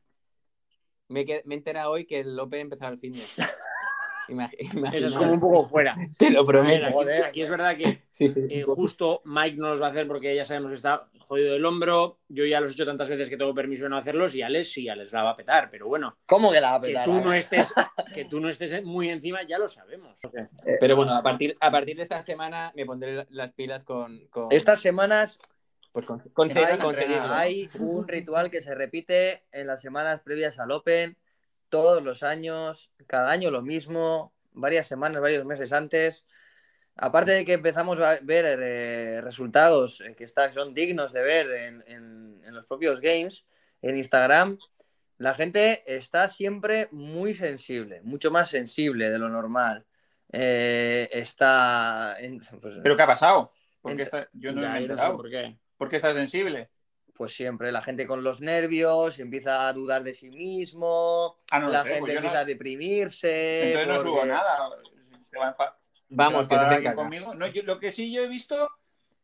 E: Me, que- me he enterado hoy que el Open empezaba el fin de. Imag-
D: Eso es
E: imagina-
D: como un poco fuera.
E: Te lo
D: Pero
E: prometo.
D: aquí,
G: Joder.
D: aquí es verdad que
E: Sí, sí.
D: eh, justo Mike no los va a hacer porque ya sabemos que está jodido el hombro. Yo ya los he hecho tantas veces que tengo permiso de no hacerlos y Alex sí, Alex la va a petar. Pero bueno,
G: ¿Cómo que la va a
D: que
G: petar?
D: tú
G: A
D: no
G: ver.
D: estés, que tú no estés muy encima ya lo sabemos.
G: Eh,
E: Pero bueno, a partir, a partir de esta semana me pondré las pilas con. con
G: Estas semanas
E: pues con, con-
G: hay-
E: con- conseguirlo.
G: hay un ritual que se repite en las semanas previas al Open, todos los años, cada año lo mismo, varias semanas, varios meses antes. Aparte de que empezamos a ver eh, resultados eh, que está- son dignos de ver en, en- en los propios games, en Instagram, la gente está siempre muy sensible, mucho más sensible de lo normal. Eh, está. en- pues,
F: ¿Pero qué ha pasado? Porque
G: Entre-
F: está, yo no
D: Ya,
F: me he
D: yo no sé
F: enterado.
D: por qué.
F: ¿Por qué está sensible?
G: pues siempre la gente con los nervios empieza a dudar de sí mismo,
F: Ah, no lo
G: la
F: sé,
G: gente
F: pues yo
G: empieza
F: no-
G: a deprimirse.
F: Entonces no
G: porque-
F: subo nada. Se va a enfa-
E: Vamos,
F: se
E: que
F: va
E: se
F: a enfadar
E: te
F: alguien
E: caga.
F: conmigo. No, yo- lo que sí yo he visto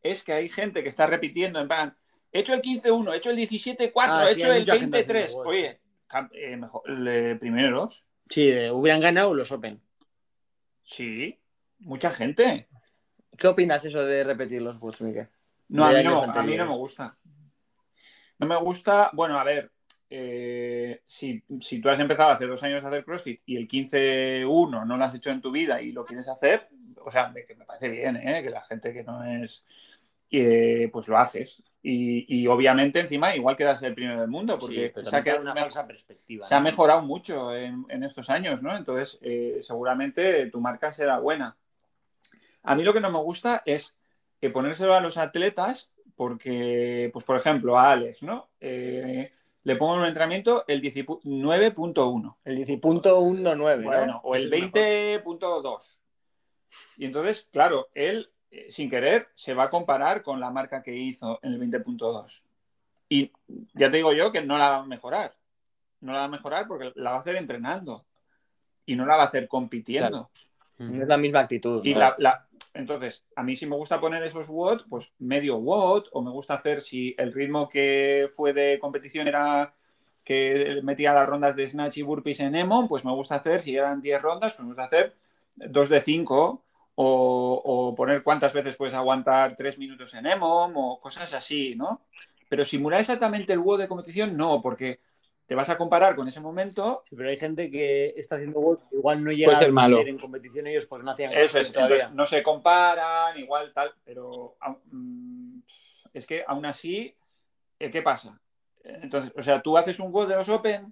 F: es que hay gente que está repitiendo en plan, he hecho el 15-1, he hecho el 17-4,
D: Ah,
F: he
D: sí,
F: hecho
D: hay
F: el
D: mucha gente
F: 23.
D: haciendo gols.
F: Oye, cam- eh, mejor, le- primeros.
D: Sí, de- hubieran ganado los Open.
F: Sí, mucha gente.
G: ¿Qué opinas eso de pues, repetir los boots, Miguel?
F: No, a
G: Ya
F: mí
G: hay
F: no,
G: bastante
F: a mí
G: lío.
F: no me gusta. No me gusta, bueno, a ver, eh, si, si tú has empezado hace dos años a hacer CrossFit y el 15-1 no lo has hecho en tu vida y lo quieres hacer, o sea, me- que me parece bien, ¿eh? que la gente que no es, eh, pues lo haces. Y, y obviamente encima igual quedas el primero del mundo porque
D: Sí, pero
F: se, ha
D: también
F: quedado
D: una
F: mejor-
D: falsa perspectiva.
F: se ha
D: ¿no?
F: mejorado mucho en, en estos años, ¿no? Entonces, eh, seguramente tu marca será buena. A mí lo que no me gusta es eh, ponérselo a los atletas porque, pues por ejemplo, a Alex, ¿no? Eh, le pongo en un entrenamiento el 19.1.
G: El 10.19,
F: Bueno,
G: ¿no?
F: o el
G: Ese es mejor.
F: 20.2. Y entonces, claro, él, eh, sin querer, se va a comparar con la marca que hizo en el 20.2. Y ya te digo yo que no la va a mejorar. No la va a mejorar porque la va a hacer entrenando. Y no la va a hacer compitiendo.
G: No es la misma actitud.
F: Y
G: ¿no?
F: la- la- entonces, a mí si me gusta poner esos watt, pues medio watt, o me gusta hacer si el ritmo que fue de competición era que metía las rondas de snatch y burpees en Emon, pues me gusta hacer, si eran 10 rondas, pues me gusta hacer dos de 5, o, o poner cuántas veces puedes aguantar 3 minutos en Emon, o cosas así, ¿no? Pero simular exactamente el WOD de competición, no, porque te vas a comparar con ese momento
H: Sí, pero hay gente que está haciendo golf, igual no llega
E: Puede ser
H: a
E: malo.
H: meter en competición ellos porque no hacían golf
F: Eso es,
H: todavía.
F: entonces no se comparan, igual tal, pero au- mm, es que aún así, eh, ¿qué pasa? Eh, Entonces, o sea, tú haces un gol de los Open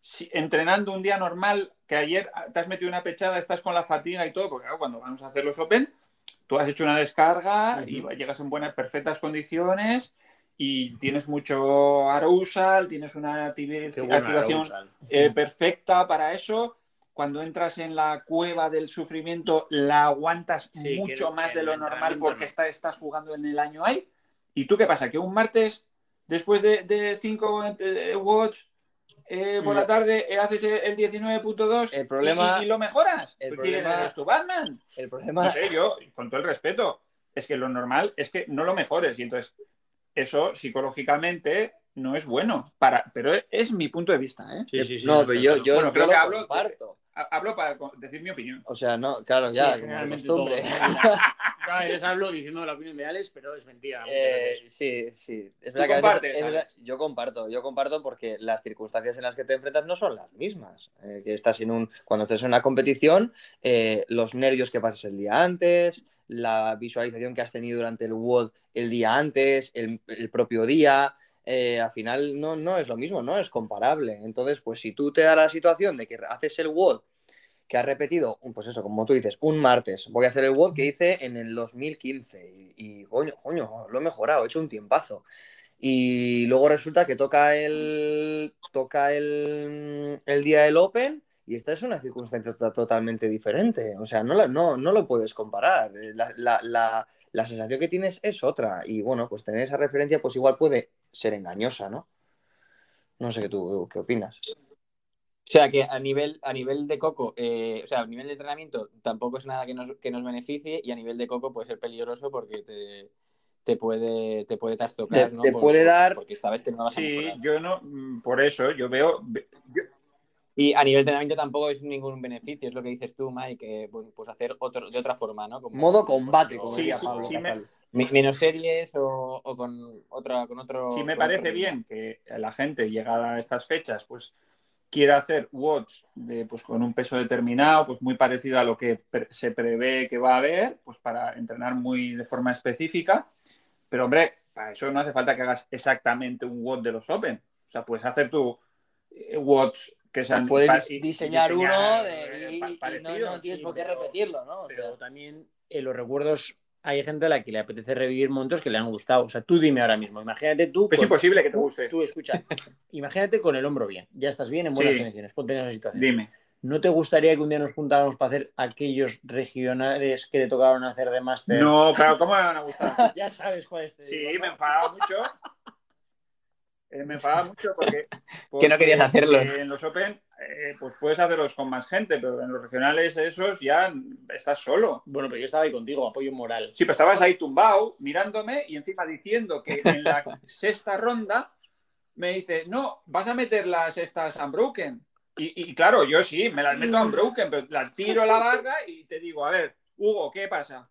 F: si- entrenando un día normal, que ayer ah, te has metido una pechada, estás con la fatiga y todo, porque claro, cuando vamos a hacer los Open, tú has hecho una descarga y llegas en buenas, perfectas condiciones y tienes mucho arousal, tienes una activi-
H: Qué buena
F: activación
H: la usan.
F: eh, perfecta para eso. Cuando entras en la cueva del sufrimiento, la aguantas
H: Sí,
F: mucho
H: que-
F: más
H: que
F: de
H: el
F: lo normal
H: entrenamiento
F: porque
H: no.
F: está- estás jugando en el año ahí. ¿Y tú qué pasa? Que un martes, después de, de cinco eh, watts eh, por
G: Mm.
F: la tarde, eh, haces el el 19.2
G: El problema-
F: y, y- y lo mejoras.
G: el
F: Porque
G: problema-
F: eres tu Batman?
G: El
F: No
G: problema
F: sé, yo, con todo el respeto, es que lo normal es que no lo mejores. Y entonces, eso psicológicamente no es bueno. Para... Pero es mi punto de vista, ¿eh?
H: Sí, sí, sí,
G: no,
H: no,
G: pero
H: pero-
G: yo, yo,
F: bueno,
G: yo
F: creo
G: lo
F: que hablo-
G: comparto.
F: Ha- Hablo para co- decir mi opinión.
G: O sea, no, claro,
H: Sí,
G: ya, como de
H: generalmente
G: costumbre.
H: todos. Cada vez hablo diciendo la opinión de Alex, pero es mentira. muchas
G: Eh,
H: veces.
G: sí, sí.
F: Tú
G: Es verdad que a veces-
F: compartes,
G: es verdad-
F: Alex.
G: yo comparto, yo comparto porque las circunstancias en las que te enfrentas no son las mismas. Eh, que estás en un, cuando estás en una competición, eh, los nervios que pasas el día antes, la visualización que has tenido durante el WOD el día antes, el, el propio día, eh, al final no, no es lo mismo, no es comparable. Entonces, pues si tú te da la situación de que haces el WOD que has repetido, un- pues eso, como tú dices, un martes, voy a hacer el WOD que hice en el 2015 y, y, coño, coño, lo he mejorado, he hecho un tiempazo. Y luego resulta que toca el toca el, el día del Open y esta es una circunstancia to- totalmente diferente. O sea, no, la- no, no lo puedes comparar. Eh, La, la- la- la sensación que tienes es otra. Y bueno, pues tener esa referencia pues igual puede ser engañosa, ¿no? No sé qué tú qué opinas.
E: O sea que a nivel, a nivel de coco, eh, o sea, a nivel de entrenamiento tampoco es nada que nos, que nos beneficie y a nivel de coco puede ser peligroso porque te, te puede te puede trastocar,
G: Te-
E: ¿no?
G: te puede dar-
E: Porque sabes que no vas a
F: Sí,
E: mejorar.
F: yo no, mm, por eso yo veo, ve-
E: Y a nivel de entrenamiento tampoco es ningún beneficio, es lo que dices tú, Mike, que bueno, pues hacer otro, de otra forma, ¿no? Como-
G: Modo combate,
E: como-
G: como
F: Sí,
G: diría
F: sí,
G: Pablo
F: sí me-
G: Casal.
E: Me- menos series o, o con otra con otro
F: si me
E: con otro
F: parece
E: ritmo.
F: bien que la gente llegada a estas fechas, pues quiera hacer watch de, pues, con un peso determinado, pues muy parecido a lo que pre- se prevé que va a haber, pues para entrenar muy de forma específica. Pero hombre, para eso no hace falta que hagas exactamente un WOD de los Open. O sea, puedes hacer tu eh, watch que sean
G: puedes
F: pa-
G: dis-
F: y- y
G: diseñar, uno
F: diseñar,
G: de-
F: eh,
G: y,
F: pa-
G: y no,
F: parecidos,
G: no tienes
F: sí,
G: por qué
F: pero-
G: repetirlo, ¿no? O sea,
H: Pero también en los recuerdos hay gente a la que le apetece revivir momentos que le han gustado. O sea, tú dime ahora mismo, imagínate tú.
F: Es
H: con-
F: imposible que te guste.
H: Tú escucha, imagínate con el hombro bien, ya estás bien en buenas
F: Sí.
H: condiciones, ponte en esa situación.
F: Dime.
H: ¿No te gustaría que un día nos juntáramos para hacer aquellos regionales que te tocaron hacer de máster?
F: No, claro, ¿cómo me van a gustar?
H: Ya sabes cuál es. este te
F: Sí,
H: digo, ¿no?
F: me enfadaba mucho. Eh, me enfadaba mucho porque,
E: Que no querías
F: porque,
E: hacerlos.
F: eh, en los Open, eh, pues puedes hacerlos con más gente, pero en los regionales esos ya estás solo.
H: Bueno, pero yo estaba ahí contigo, apoyo moral.
F: Sí, pero estabas ahí tumbado, mirándome y encima diciendo que en la sexta ronda me dice, no, vas a meter las estas unbroken. Y, y claro, yo sí, me las meto unbroken, pero la tiro a la barra y te digo, a ver, Hugo, ¿qué pasa?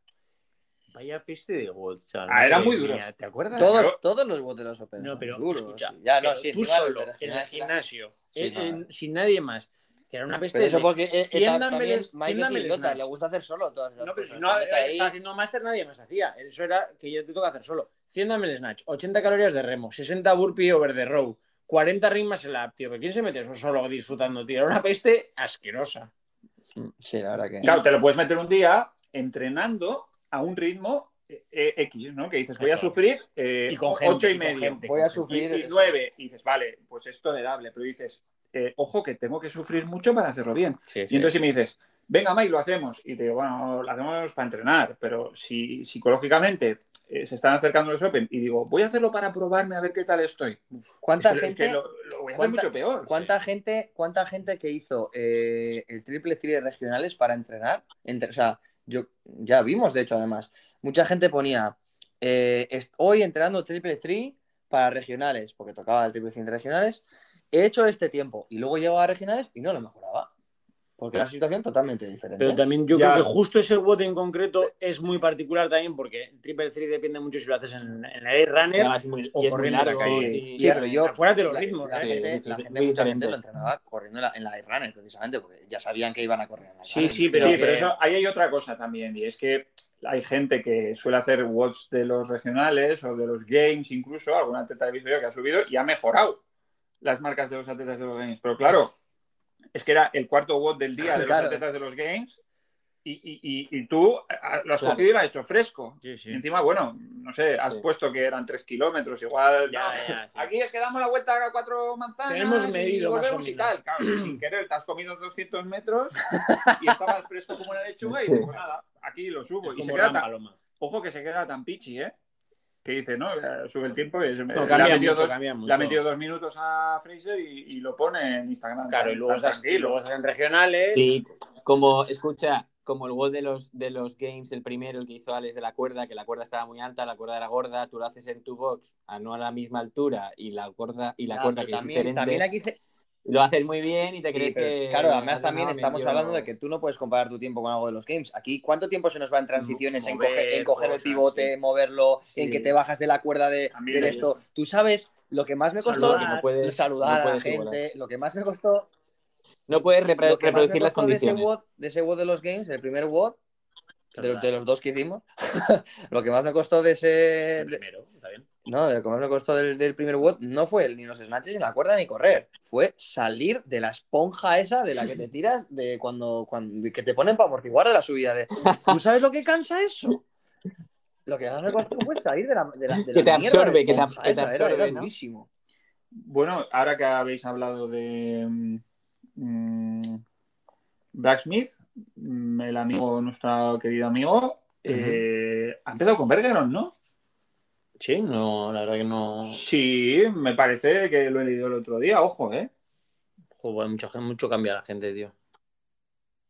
H: Vaya peste de God, chaval.
F: Ah, eran
H: Madre
F: muy duros.
H: mía, ¿Te acuerdas?
G: Todos,
F: Yo-
G: todos los boteros open
H: No,
G: son
H: pero
G: duros.
H: escucha,
G: ya,
H: pero
G: Ah, no, sí,
H: tú
G: encima de
H: solo,
G: las
H: en el
G: finales-
H: gimnasio,
G: Sí,
H: en-
G: nada.
H: en- sin nadie más, que era una peste
G: Pero eso
H: de-
G: porque eh, eh,
H: ¿Quién
G: ta-
H: dame
G: también
H: el-
G: Mike
H: quién
G: es
H: dame el
G: idiota,
H: snatch?
G: le gusta hacer solo todas esas
H: No, pero si
G: cosas.
H: no
G: Se pues, mete ahí,
H: estaba haciendo máster, nadie más hacía. Eso era que yo te toca hacer solo. 100 dame el snatch, 80 calorías de remo, 60 burpee over the row, 40 rimas en la app, tío. ¿Pero quién se mete eso solo disfrutando, tío? Era una peste asquerosa.
G: Sí, la verdad que...
F: Claro, te lo puedes meter un día entrenando a un ritmo eh, X, ¿no? Que dices, voy a
D: Eso.
F: sufrir eh,
D: Y con gente,
F: ocho
D: y
F: y
D: con
F: medio.
D: gente,
G: Voy
D: con
G: a
D: gente.
G: sufrir.
F: Y, y nueve. Y dices, vale, pues es tolerable. Pero dices, eh, ojo que tengo que sufrir mucho para hacerlo bien.
I: Sí,
F: Y entonces si me dices, venga, Mike, lo hacemos. Y te digo, bueno, lo hacemos para entrenar, pero si psicológicamente eh, se están acercando los Open y digo, voy a hacerlo para probarme a ver qué tal estoy. Es
G: ¿Cuánta
F: que- es
G: gente,
F: que lo, lo voy a hacer
G: cuánta-
F: mucho peor.
G: cuánta gente, cuánta gente que hizo eh, el triple three de regionales para entrenar? Entre- o sea, yo ya vimos, de hecho, además, mucha gente ponía eh, est- hoy entrenando triple three para regionales, porque tocaba el triple three de regionales. He hecho este tiempo y luego llegaba a regionales y no lo mejoraba. Porque era una situación totalmente diferente.
D: Pero también yo
F: Ya.
D: creo que justo ese WOD en concreto es muy particular también porque el Triple 3 depende mucho si lo haces en, en el runner
E: Además, es muy,
D: o
E: y es muy
D: corriendo en la
E: largo.
D: calle.
E: sí.
G: Sí, pero yo.
D: Afuera de los
G: la-
D: ritmos,
G: La,
D: ¿eh?
G: gente,
E: Sí,
G: la
E: sí,
G: gente
E: muy
G: mucha gente
E: diferente.
G: lo entrenaba corriendo en la, en la de runner, precisamente, porque ya sabían que iban a correr. en la
D: Sí,
G: runner.
D: sí,
F: Pero
D: pero
F: sí,
D: que-
F: pero eso, ahí hay otra cosa también, y es que hay gente que suele hacer watts de los regionales o de los games, incluso algún atleta he visto yo que ha subido y ha mejorado las marcas de los atletas de los games. Pero claro, es que era el cuarto watt del día de los
G: Claro.
F: atletas de los games y, y- y- y tú ah, lo has
E: Claro.
F: cogido y lo has hecho fresco.
D: Sí, sí.
F: Y encima, bueno, no sé, has
E: Sí.
F: puesto que eran tres kilómetros, igual.
D: Ya,
F: no,
D: ya, sí.
F: Aquí es que damos la vuelta a cuatro manzanas.
D: Tenemos
F: y
D: medido, más
F: volvemos
D: o
F: y
D: menos.
F: tal. Claro, sin querer, te has comido 200 metros y estabas fresco como una lechuga. Y
G: Sí.
F: digo, nada, aquí lo
D: Es
F: subo. Y se
D: como
F: queda
D: Gran
F: tan-
D: Paloma.
F: ojo que se queda tan pichi, ¿eh? Que dice, no, eh, sube el tiempo y se me-
D: No,
F: le, ha
D: cambia
F: metido
D: mucho,
F: dos,
D: cambia
F: le ha
D: mucho.
F: metido dos minutos a Fraser y, y lo pone en Instagram.
D: Claro, y luego
F: Tan
D: estás, y luego estás en regionales.
E: Sí, como, escucha, como el gol de los, de los games, el primero, el que hizo Alex de la cuerda, que la cuerda estaba muy alta, la cuerda era gorda, tú lo haces en tu box, a no a la misma altura, y la cuerda, y la
G: Ah,
E: cuerda
G: pero
E: que es
G: también,
E: diferente,
G: también aquí se-
E: lo haces muy bien y te crees
G: Sí, pero,
E: que...
G: claro,
E: has
G: además también
E: ganado
G: estamos
E: 21.
G: hablando de que tú no puedes comparar tu tiempo con algo de los games. Aquí, ¿cuánto tiempo se nos va en transiciones, en
D: Mover
G: coger, en coger el
D: cosas,
G: pivote,
D: sí.
G: moverlo,
D: Sí.
G: en que te bajas de la cuerda de,
F: También
G: del
F: hay
G: esto? Tú sabes lo que más me costó
E: Que
D: Saludar.
G: saludar,
E: no puedes, no
G: a la
E: puedes
G: gente,
E: igualar.
G: lo que más me costó,
E: No puedes repre-
G: lo que más me
E: reproducir las
G: costó de ese
E: condiciones.
G: WOD de, ese WOD de los games, el primer WOD, de, los- de los dos que hicimos, lo que más me costó de ese...
D: El
G: de-
D: primero, está bien.
G: no, de lo que más me costó del, del primer WOD no fue el- ni los snatches en la cuerda ni correr. Fue salir de la esponja esa de la que te tiras de cuando, cuando que te ponen para amortiguar de la subida. De, ¿Tú sabes lo que cansa eso? Lo que más me costó fue salir de la, de la, de
E: Que
G: la
E: te
G: mierda
E: absorbe,
G: de
E: que te-
G: esponja
E: que te
G: esa, era- era
E: absorbe, ¿no?
G: durísimo.
F: Bueno, ahora que habéis hablado de mm, Brad Smith, mm, el amigo, nuestro querido amigo, eh, ha empezado con Bergeron, ¿no?
D: Sí, no, la verdad que no.
F: Sí, me parece que lo he leído el otro día, ojo, ¿eh?
D: Joder, mucho, mucho cambia la gente, tío.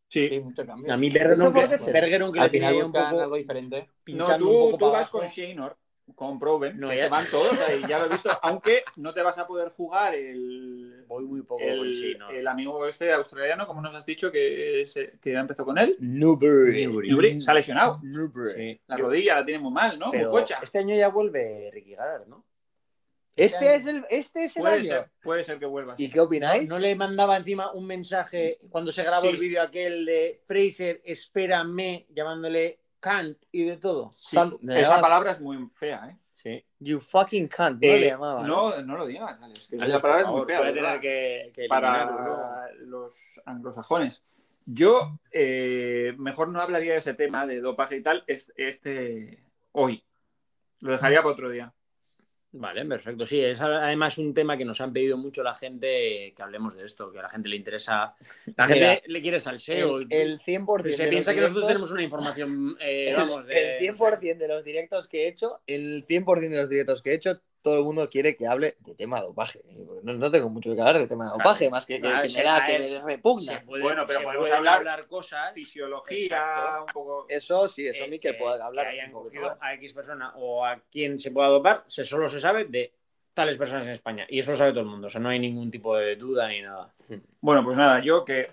E: Sí,
F: Sí.
E: mucho cambio.
D: A mí Bergeron,
G: por qué
D: que,
G: será?
D: Bergeron que
E: Al
D: le tenía
E: final
D: yo un
E: buscan
D: poco
E: algo diferente.
F: No,
D: pintando un
F: tú,
D: poco
F: tú
D: para
F: vas con
D: abajo.
F: Shaynor, con Proven,
D: No,
F: que
D: ya-
F: se van todos ahí, ya lo he visto, aunque no te vas a poder jugar el,
D: Voy muy poco
F: el-
D: con Shaynor.
F: el amigo este australiano, como nos has dicho, que, se- que ha empezado con él.
G: Newbury.
D: Newbury.
F: Newbury se ha lesionado.
G: Newbury.
D: Sí.
F: La rodilla la tiene muy mal, ¿no?
D: Pero
F: Muy cocha.
D: este año ya vuelve Ricky Garard, ¿no?
G: Este es el, este es el
F: Puede
G: año.
F: ser, puede ser que vuelva.
G: ¿Y qué opináis?
D: ¿No le mandaba encima un mensaje cuando se grabó
F: Sí.
D: el vídeo aquel de Fraser, espérame, llamándole Kant y de todo?
F: Sí,
G: Tan- me
F: esa
G: daba-
F: palabra es muy fea, ¿eh?
D: Sí.
G: You fucking can't. No
F: Eh,
G: le llamaba. ¿no?
F: no, no lo digas, Alex, que esa palabra es muy fea. de verdad,
D: que, que
F: para los anglosajones. Yo eh, mejor no hablaría de ese tema de dopaje y tal es- este hoy. Lo dejaría para otro día.
D: Vale, perfecto. Sí, es además un tema que nos han pedido mucho la gente que hablemos de esto, que a la gente le interesa. La
G: Mira,
D: gente le quiere salseo.
G: El, el 100% de
D: se
G: los
D: piensa que nosotros
G: directos-
D: tenemos una información, eh,
G: El-
D: vamos, de.
G: el 100% de los directos que he hecho, el 100% de los directos que he hecho, todo el mundo quiere que hable de tema de dopaje. No, no tengo mucho que hablar de tema de dopaje, más que, que-
D: Claro, Ah,
G: que
D: sí,
G: me da,
D: a
G: que
D: él-
G: me
D: no sé, se
G: repugna.
D: puede-
F: Bueno, pero
D: se
F: podemos
D: pueden
F: hablar
D: cosas.
F: Fisiología,
D: Exacto.
F: un poco.
G: Eso sí, eso
D: eh,
G: mí que
D: que-
G: pueda hablar.
D: que hayan
G: un poquito
D: cogido
G: más.
D: a X persona o a quien se pueda dopar, se, solo se sabe de tales personas en España. Y eso lo sabe todo el mundo. O sea, no hay ningún tipo de duda ni nada.
F: Bueno, pues nada, yo que.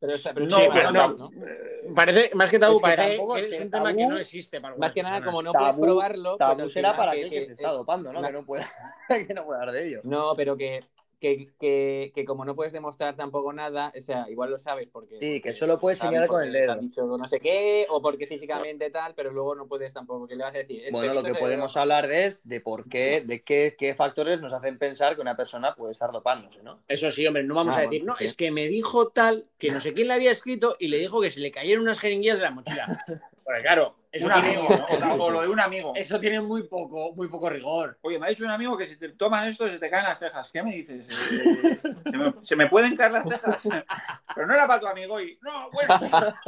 E: Pero, esta- pero
D: No,
E: sí, más
D: pero no.
E: ¿no?
F: eh,
D: Parece, más que tabú,
G: Es que
D: parece
G: tampoco
D: que
G: es
D: es
G: que
D: un tema que
G: tabú-
D: no existe para
E: Más que nada, como no
G: Tabú-
E: puedes probarlo... pues
G: Tabú
E: al
G: será
E: final
G: para
E: que-
G: aquel que
E: que
G: se está
E: es-
G: dopando, ¿no?
E: más-
G: Que no pueda que no pueda hablar de ello.
E: No, pero que, que, que, que como no puedes demostrar tampoco nada, o sea, igual lo sabes porque...
G: Sí, que
E: porque
G: solo puedes
E: saben
G: señalar con
E: porque
G: el dedo.
E: has dicho no sé qué, o porque físicamente tal, pero luego no puedes tampoco, ¿qué le vas a decir? Es
G: Bueno, lo
E: esto
G: que
E: se-
G: podemos hablar de es de por qué, de qué, qué factores nos hacen pensar que una persona puede estar dopándose, ¿no?
D: Eso sí, hombre, no vamos
E: Ah,
D: a decir,
E: bueno,
D: no,
E: sí.
D: es que me dijo tal, que no sé quién le había escrito y le dijo que se le cayeron unas jeringuillas de la mochila. Porque claro, eso,
F: un
D: tiene,
F: amigo, o, o lo de un amigo.
D: eso tiene muy poco, muy poco rigor.
F: Oye, me ha dicho un amigo que si te tomas esto se te caen las cejas. ¿Qué me dices? Eh, ¿se, me, se me pueden caer las cejas? Pero no era para tu amigo y... No, bueno. para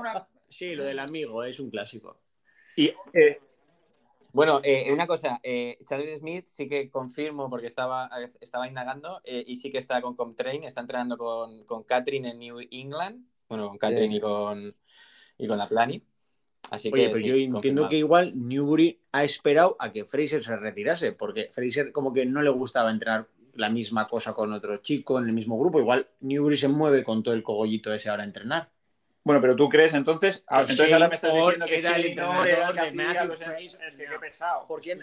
F: una-
D: Sí, lo del amigo es un clásico.
F: Y, eh,
E: Bueno, eh, una cosa, eh, Charles Smith sí que confirmo porque estaba, estaba indagando eh, y sí que está con Comtrain, está entrenando con, con Catherine en New England, bueno, con Catherine y con, y con la Plani. Así
D: Oye,
E: que,
D: pero
E: sí,
D: yo entiendo
E: confirmado.
D: que igual Newbury ha esperado a que Fraser se retirase, porque Fraser como que no le gustaba entrar la misma cosa con otro chico en el mismo grupo. Igual Newbury se mueve con todo el cogollito ese ahora a entrenar.
F: bueno, pero tú crees entonces... ah,
D: Que
F: entonces ahora
D: Shane
F: me estás
D: Ford
F: diciendo que
D: era el
F: Shane no
D: entrenador
F: era el que
D: de
F: hacía
D: Matthew
F: los-
D: Fraser,
F: Es que
D: no.
F: qué pesado.
D: Porque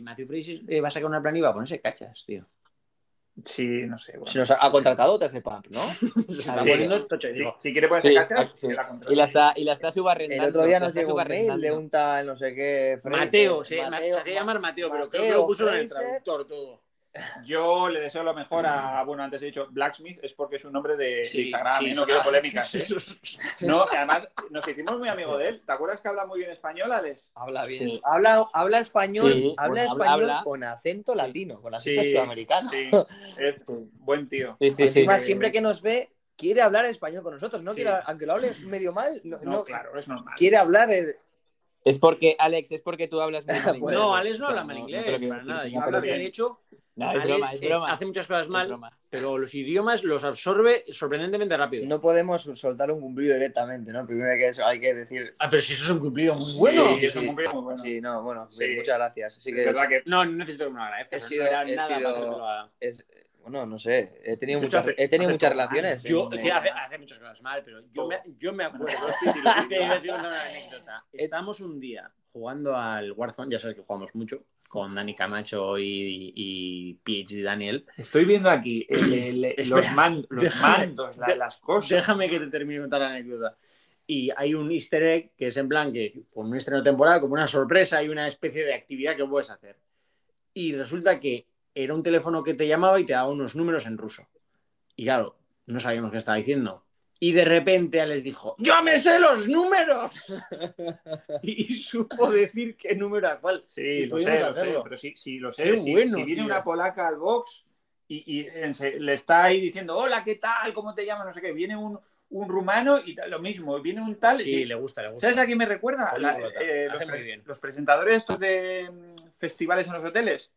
D: Matthew Fraser eh, va a sacar una plan y va a ponerse cachas, tío.
F: Sí, no sé. bueno.
G: Se nos ha ha contratado TC Pump, ¿no?
D: Se está
F: Sí.
D: poniendo tocho y
F: Si,
D: digo,
F: si quiere ponerse
E: Sí,
F: cachas,
E: ah, sí.
F: que la
E: Y
F: contrate.
E: la está, y la está subarrendando.
G: El otro día
E: la
G: nos
E: está
G: llegó un mail de
E: subarrendando.
G: un tal, no sé qué. Fraser,
D: Mateo, se, ma-
G: Mateo,
D: se hacía llamar Mateo, pero creo que
G: Mateo
D: lo puso en el
G: Fraser.
D: traductor todo.
F: Yo le deseo lo mejor a, bueno, antes he dicho Blacksmith, es porque es un nombre de
D: Sí,
F: Instagram,
D: sí,
F: ¿eh?
D: sí.
F: no quiero polémicas. ¿eh? No, y además nos hicimos muy amigos de él. ¿Te acuerdas que habla muy bien español, Alex?
G: Habla bien.
E: Sí.
G: Habla, habla español,
E: Sí,
G: habla
E: bueno, habla-
G: español
E: habla.
G: con acento latino, con acento
F: Sí,
G: sudamericano.
F: Sí, es buen tío.
E: Sí, sí, sí.
G: Encima,
F: sí.
G: siempre que nos ve, quiere hablar español con nosotros. No
F: Sí.
G: quiere, aunque lo hable medio mal, no,
F: No,
G: no-
F: claro, es normal.
G: quiere hablar. eh, el-
E: Es porque, Alex, es porque tú hablas muy mal inglés.
G: Bueno,
D: no, Alex no
E: O sea,
D: habla mal
E: no- no
D: inglés,
E: te lo quiero
D: para
E: decir,
D: nada.
E: no,
D: Yo
E: pero
D: creo que
E: sí.
D: de hecho,
E: No, es
D: Alex,
E: broma, es
D: eh,
E: broma.
D: hace muchas cosas
E: Es
D: mal,
E: broma.
D: pero los idiomas los absorbe sorprendentemente rápido.
G: No podemos soltar un cumplido directamente, ¿no? Primero hay que, eso, hay que decir.
D: Ah, pero si eso es un cumplido muy
F: Sí,
D: bueno.
G: sí,
F: es un cumplido muy bueno.
G: Sí, no, bueno,
F: Sí.
G: muchas gracias. Así
F: Es
G: que
F: verdad que
D: No, no necesito que me lo
G: He
D: agradezcas.
G: sido-
D: no era
G: he
D: nada para
G: sido-
D: que me lo haga.
G: es. Bueno, no sé, he tenido
F: De hecho,
G: muchas,
F: hace-
G: he tenido
F: hace
G: muchas
F: todo mal.
G: relaciones.
D: Yo,
G: en-
D: que hace, hace muchas cosas mal, pero yo me, yo me acuerdo.
F: Sí, sí, lo
G: Oh.
D: te voy
F: digo.
D: a decir una anécdota.
G: Eh.
D: Estamos un día jugando al Warzone, ya sabes que jugamos mucho, con Dani Camacho y, y PhD Daniel.
F: Estoy viendo aquí el- el- el-
D: Espera,
F: los, man- los
D: déjame-
F: mandos, la-
D: de-
F: las cosas.
D: Déjame que te termine de contar la anécdota. Y hay un easter egg que es en plan que con un estreno temporal, como una sorpresa, y una especie de actividad que puedes hacer. Y resulta que era un teléfono que te llamaba y te daba unos números en ruso. Y claro, no sabíamos qué estaba diciendo. Y de repente Alex dijo, ¡Yo me sé los números! y supo decir qué número era cuál.
F: Sí,
D: Y
F: lo
D: pudimos
F: sé, lo
D: hacerlo.
F: sé, pero sí, sí, lo sé.
D: Qué
F: si,
D: bueno,
F: si viene
D: tío.
F: una polaca al box y, y en se- le está ahí diciendo, hola, ¿qué tal? ¿Cómo te llamas? No sé qué. Viene un, un rumano y tal, lo mismo. Viene un tal.
D: Sí,
F: sí.
D: le gusta, le gusta.
F: ¿Sabes a quién me recuerda? La-
D: Políglota.
F: eh,
D: Hace
F: los,
D: muy
F: pre-
D: bien.
F: los presentadores estos de mm, festivales en los hoteles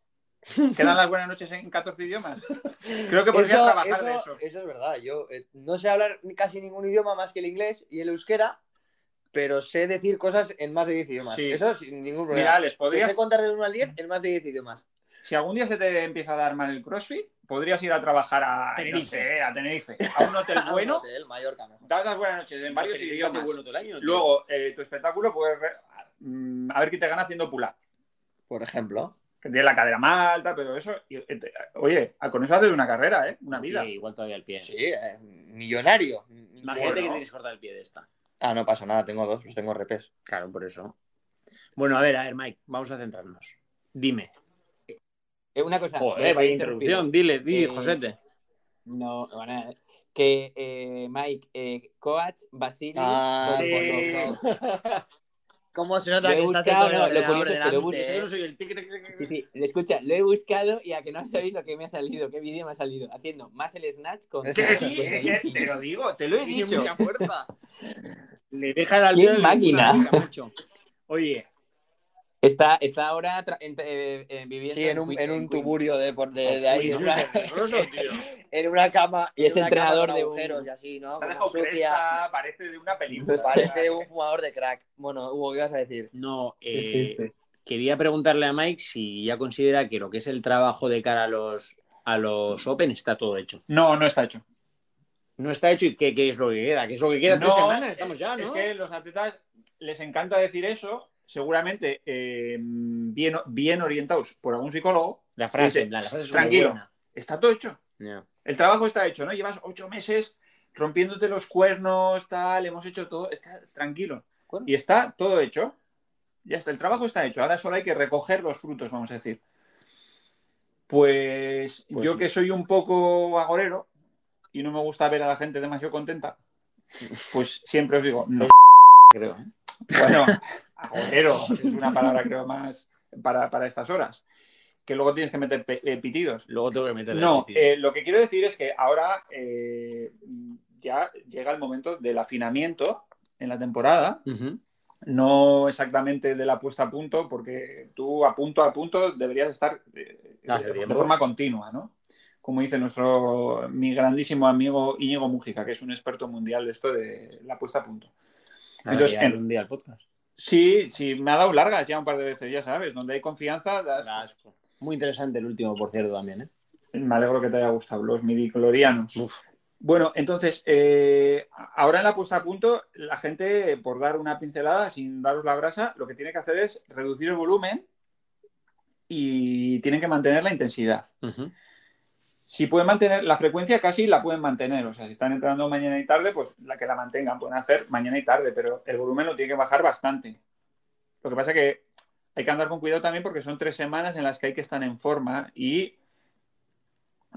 F: que dan las buenas noches en 14 idiomas. Creo que podrías
G: Eso-
F: trabajar de
G: eso-
F: eso.
G: eso es verdad. Yo eh, no sé hablar casi ningún idioma más que el inglés y el euskera, pero sé decir cosas en más de 10 idiomas.
F: Sí.
G: Eso sin ningún problema.
F: Mira, les
G: Yo
F: podrías,
G: sé contar del 1 al 10 en más de 10 idiomas.
F: si algún día se te empieza a dar mal el crossfit, podrías ir a trabajar a no
D: Tenerife.
F: sé, a Tenerife, a un hotel Ah, bueno,
G: Del Mallorca mejor.
F: das las buenas noches en varios
D: Pero hace
F: idiomas.
D: bueno todo el año, tío.
F: Luego, eh, tu espectáculo, pues re- mm, a ver qué te gana haciendo pula.
G: Por ejemplo.
F: Que tiene la cadera más alta, pero eso. y- eh, te- oye, a- con eso haces una carrera, ¿eh? Una vida.
D: Sí, igual todavía el pie.
G: Sí, eh, millonario.
D: Imagínate
F: Bueno.
D: que tienes que cortar el pie de esta.
G: Ah, no pasa nada, tengo dos, los tengo repes.
D: Claro, por eso. Bueno, a ver, a ver, Mike, vamos a centrarnos. Dime.
E: Eh, una cosa. voy
D: Joder,
E: a
D: vaya
E: interrumpir.
D: interrupción. Dile, dile,
E: Eh,
D: Josete.
E: No, van a- que eh, Mike, eh, Coach, Basili.
G: Ah,
F: sí.
G: por favor. ¿Cómo se nota
E: Lo he
G: que estás
E: buscado,
G: con el
E: no, lo
G: ordenador
E: curioso es que lo he
G: delante,
E: buscado.
G: eh?
D: Yo no soy el tic, tic, tic,
E: Sí,
D: tic.
E: sí, escucha, lo he buscado y a que no sabéis lo que me ha salido, qué vídeo me ha salido, haciendo más el snatch con...
G: Es
F: Que
G: que
F: sí, eh, eh, te lo digo, te lo he
D: Tiene
F: dicho.
D: mucha fuerza. Le deja la
E: ¡Qué máquina!
D: Oye,
E: Está, está ahora tra- en- eh, eh, viviendo
G: Sí, en un,
E: Queens-
G: en un
E: Queens. Oh,
G: tuburio de, por- de, de ahí.
D: es
G: en una-
D: muy peligroso, tío.
G: en una cama.
E: Y
G: en
E: es
G: una
E: entrenador
G: cama con
E: de un-
G: agujeros y así, ¿no?
F: Se ha
G: Como
F: dejado
G: sucia.
F: cresta, parece de una película.
G: Parece un fumador de crack. Bueno, Hugo, ¿qué ibas a decir?
D: No,
E: Sí,
D: eh,
E: sí, sí.
D: quería preguntarle a Mike si ya considera que lo que es el trabajo de cara a los, a los Open está todo hecho.
F: No, no está hecho.
D: No está hecho y qué, qué es lo que queda, qué es lo que queda.
F: No,
D: Tres semanas estamos ya, ¿no?
F: Es que los atletas les encanta decir eso, seguramente eh, bien, bien orientados por algún psicólogo.
D: La frase,
F: Dice,
D: en plan, la frase es
F: tranquilo.
D: muy buena.
F: Está todo hecho.
D: Ya.
F: El trabajo está hecho, ¿no? Llevas ocho meses rompiéndote los cuernos, tal, hemos hecho todo, está tranquilo.
E: ¿Cuernos?
F: Y está todo hecho. Ya está, el trabajo está hecho. Ahora solo hay que recoger los frutos, vamos a decir. Pues,
D: Pues
F: yo
D: sí.
F: que soy un poco agorero y no me gusta ver a la gente demasiado contenta, pues siempre os digo, no, creo. ¿eh? Bueno, agorero es una palabra creo más para, para estas horas. Que luego tienes que meter pe- eh, pitidos.
H: Luego tengo que meter
F: No, eh, lo que quiero decir es que ahora eh, ya llega el momento del afinamiento en la temporada. No exactamente de la puesta a punto, porque tú a punto a punto deberías estar eh,
H: Hace
F: de, de
H: tiempo.
F: forma continua, ¿no? Como dice nuestro, mi grandísimo amigo Íñigo Mújica, que es un experto mundial de esto de la puesta a punto. Entonces, en-
H: un día el podcast.
F: Sí, sí, me ha dado largas ya un par de veces, ya sabes. Donde hay confianza, das-
H: Muy interesante el último, por cierto, también, ¿eh?
F: me alegro que te haya gustado, los midiclorianos. Bueno, entonces, eh, ahora en la puesta a punto, la gente, por dar una pincelada sin daros la brasa, lo que tiene que hacer es reducir el volumen y tienen que mantener la intensidad. Si pueden mantener la frecuencia, casi la pueden mantener. O sea, si están entrando mañana y tarde, pues la que la mantengan, pueden hacer mañana y tarde, pero el volumen lo tiene que bajar bastante. Lo que pasa que hay que andar con cuidado también porque son tres semanas en las que hay que estar en forma y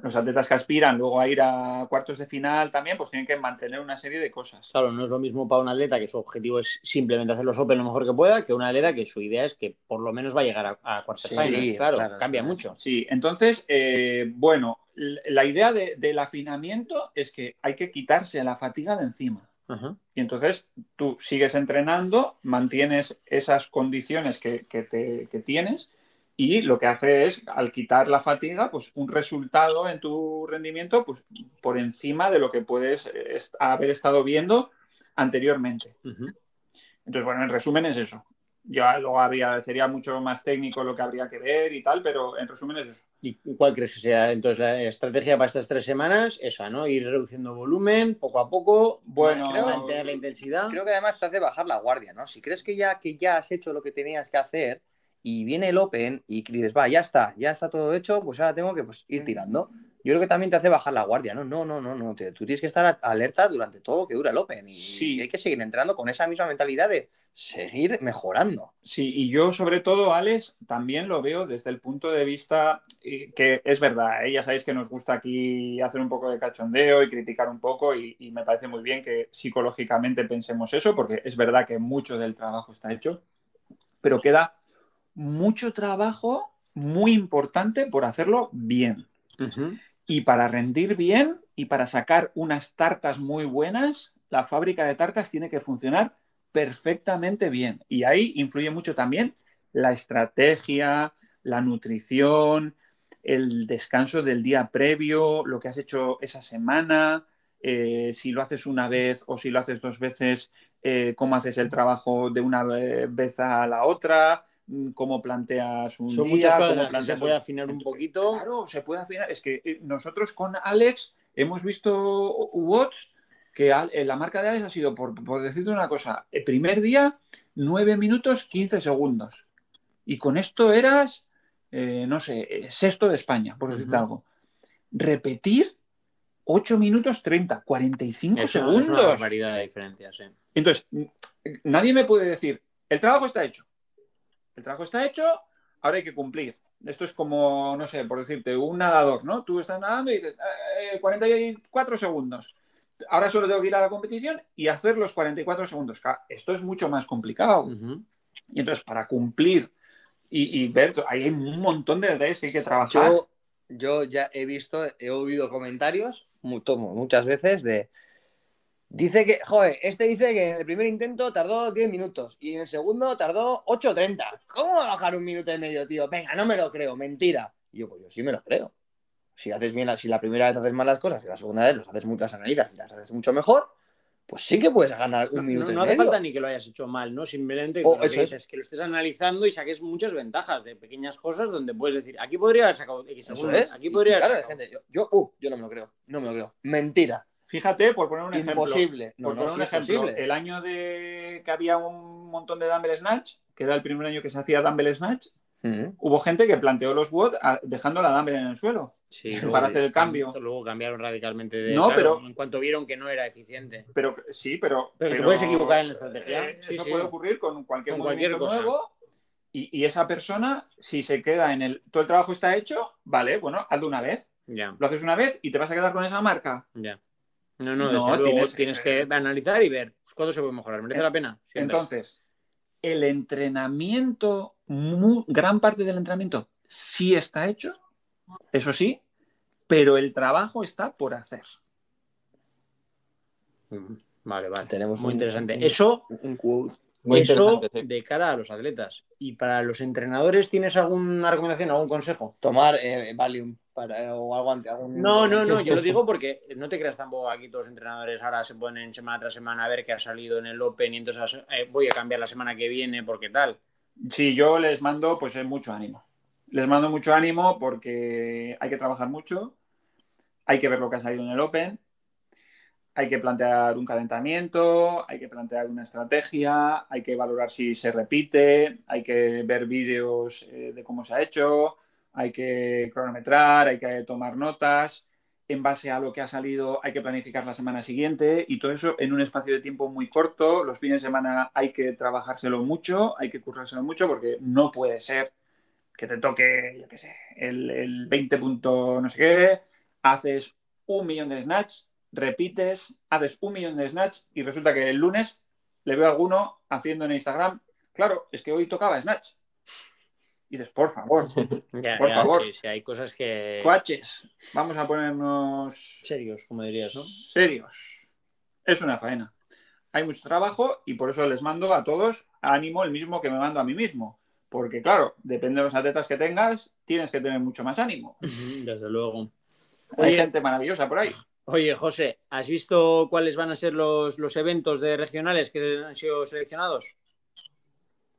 F: los atletas que aspiran luego a ir a cuartos de final también, pues tienen que mantener una serie de cosas.
H: Claro, no es lo mismo para un atleta que su objetivo es simplemente hacer los Open lo mejor que pueda, que un atleta que su idea es que por lo menos va a llegar a, a quarterfinals.
G: Sí,
H: claro,
G: claro,
H: cambia
G: sí.
H: mucho.
F: Sí, entonces, eh, bueno, l- la idea de- del afinamiento es que hay que quitarse la fatiga de encima. Y entonces tú sigues entrenando, mantienes esas condiciones que, que te- que tienes y lo que hace es, al quitar la fatiga, pues un resultado en tu rendimiento pues, por encima de lo que puedes eh, est- haber estado viendo anteriormente. Entonces, bueno, en resumen es eso. Ya luego habría, sería mucho más técnico lo que habría que ver y tal, pero en resumen es eso.
H: ¿Y cuál crees que sea entonces la estrategia para estas tres semanas? Esa, ¿no? Ir reduciendo volumen poco a poco,
F: Bueno,
H: creo, mantener la intensidad.
G: Ah. Creo que además te hace bajar la guardia, ¿no? Si crees que ya, que ya has hecho lo que tenías que hacer y viene el Open y dices, va, ya está, ya está todo hecho, pues ahora tengo que pues, ir tirando. Yo creo que también te hace bajar la guardia, ¿no? No, no, no, no. te- tú tienes que estar a- alerta durante todo lo que dura el Open y,
F: Sí.
G: y hay que seguir entrando con esa misma mentalidad de seguir mejorando.
F: Sí, y yo sobre todo, Alex, también lo veo desde el punto de vista eh, que es verdad, ¿eh? ya sabéis que nos gusta aquí hacer un poco de cachondeo y criticar un poco y, y me parece muy bien que psicológicamente pensemos eso, porque es verdad que mucho del trabajo está hecho, pero queda mucho trabajo muy importante por hacerlo bien. Y para rendir bien y para sacar unas tartas muy buenas, la fábrica de tartas tiene que funcionar perfectamente bien. Y ahí influye mucho también la estrategia, la nutrición, el descanso del día previo, lo que has hecho esa semana, eh, si lo haces una vez o si lo haces dos veces, eh, cómo haces el trabajo de una ve- vez a la otra, mm, cómo planteas un
H: Son
F: día,
H: muchas cosas en las
F: cómo
H: que se
F: planteas
H: puede
F: otro.
H: afinar un poquito.
F: Claro, se puede afinar. Es que eh, nosotros con Alex hemos visto Watts que al- eh, la marca de Alex ha sido, por, por decirte una cosa, el primer día 9 minutos 15 segundos. Y con esto eras, eh, no sé, eh, sexto de España, por decirte
H: Ujú.
F: algo. Repetir 8 minutos 30, 45
H: Es una- Es una
F: segundos.
H: barbaridad de diferencias, ¿eh?
F: Entonces, n- nadie me puede decir, el trabajo está hecho. El trabajo está hecho, ahora hay que cumplir. Esto es como, no sé, por decirte, un nadador, ¿no? Tú estás nadando y dices, "Eh, eh, 44 segundos. Ahora solo tengo que ir a la competición y hacer los 44 segundos. Ca- Esto es mucho más complicado. Y entonces, para cumplir y, y ver, ahí hay un montón de detalles que hay que trabajar.
G: Yo, yo ya he visto, he oído comentarios mu- tomo, muchas veces de. Dice que, joder, este dice que en el primer intento tardó 10 minutos y en el segundo tardó 8.30. ¿Cómo va a bajar un minuto y medio, tío? Venga, no me lo creo, mentira. Y yo, pues yo sí me lo creo. Si haces bien, la- si la primera vez haces mal las cosas y la segunda vez las haces muchas analizas y las haces mucho mejor, pues sí que puedes ganar un
H: No,
G: minuto
H: no,
G: y
H: no hace
G: medio.
H: falta ni que lo hayas hecho mal, ¿no? Simplemente
G: Oh,
H: lo que
G: eso es.
H: dices, que lo estés analizando y saques muchas ventajas de pequeñas cosas donde puedes decir, aquí podría haber sacado X
G: Eso
H: segundos,
G: es.
H: aquí
G: Y- y
H: podría
G: claro,
H: haber
G: hay
H: sacado.
G: gente, yo, yo, uh, yo no me lo creo, no me lo creo. Mentira,
F: Fíjate, por poner un ejemplo,
G: imposible. No,
F: Por
G: no,
F: poner
G: sí
F: un
G: es
F: ejemplo,
G: posible.
F: el año de que había un montón de dumbbell snatch, que era el primer año que se hacía dumbbell snatch,
G: Ujú.
F: hubo gente que planteó los WOD a- dejando la dumbbell en el suelo.
H: Sí,
F: Para
H: luego-
F: hacer el cambio.
H: Luego cambiaron radicalmente de.
F: No,
H: claro,
F: pero-
H: En cuanto vieron que no era eficiente.
F: Pero sí, pero...
H: Pero te puedes equivocar en la estrategia.
F: eh,
H: Sí,
F: eso
H: sí.
F: puede ocurrir con cualquier
H: Con cualquier
F: movimiento
H: cosa.
F: nuevo. Y, y esa persona, si se queda en el... Todo el trabajo está hecho, vale, bueno, hazlo una vez.
H: Ya,
F: Lo haces una vez y te vas a quedar con esa marca.
H: ya. No, no,
F: No,
H: desde luego
F: tienes
H: tienes,
F: que-
G: Eh,
H: que analizar y ver cuándo se puede mejorar. ¿Merece la pena? Siempre.
F: Entonces, el entrenamiento, mu- gran parte del entrenamiento sí está hecho, eso sí, pero el trabajo está por hacer.
D: Mm, Vale, vale.
G: Ah, Tenemos
D: Muy
G: un-
D: interesante.
G: un-
D: Eso,
G: Un quote.
E: Muy
D: eso
E: interesante, sí.
D: de cara a los atletas. ¿Y para los entrenadores tienes alguna recomendación, algún consejo?
G: Tomar eh, Valium para, o algo ante algún.
D: No, no, no, yo lo digo porque no te creas tampoco aquí todos los entrenadores ahora se ponen semana tras semana a ver qué ha salido en el Open y entonces eh, voy a cambiar la semana que viene porque tal.
F: Sí, yo les mando pues eh, mucho ánimo. Les mando mucho ánimo porque hay que trabajar mucho, hay que ver lo que ha salido en el Open, hay que plantear un calentamiento, hay que plantear una estrategia, hay que valorar si se repite, hay que ver vídeos eh, de cómo se ha hecho, hay que cronometrar, hay que tomar notas. En base a lo que ha salido, hay que planificar la semana siguiente y todo eso en un espacio de tiempo muy corto. Los fines de semana hay que trabajárselo mucho, hay que currárselo mucho porque no puede ser que te toque, yo qué sé, el, el 20 punto no sé qué, haces un millón de snatch, repites, haces un millón de snatch y resulta que el lunes le veo a alguno haciendo en Instagram, claro, es que hoy tocaba snatch. Y dices, por favor, Por favor.
D: sí, sí, hay cosas que...
F: coaches, vamos a ponernos
D: Serios, como dirías, ¿no?
F: serios. Es una faena. Hay mucho trabajo y por eso les mando a todos ánimo el mismo que me mando a mí mismo. Porque claro, depende de los atletas que tengas, tienes que tener mucho más ánimo.
D: Desde luego.
F: Hay
D: Oye.
F: gente maravillosa por ahí.
D: Oye, José, ¿has visto cuáles van a ser los, los eventos de regionales que han sido seleccionados?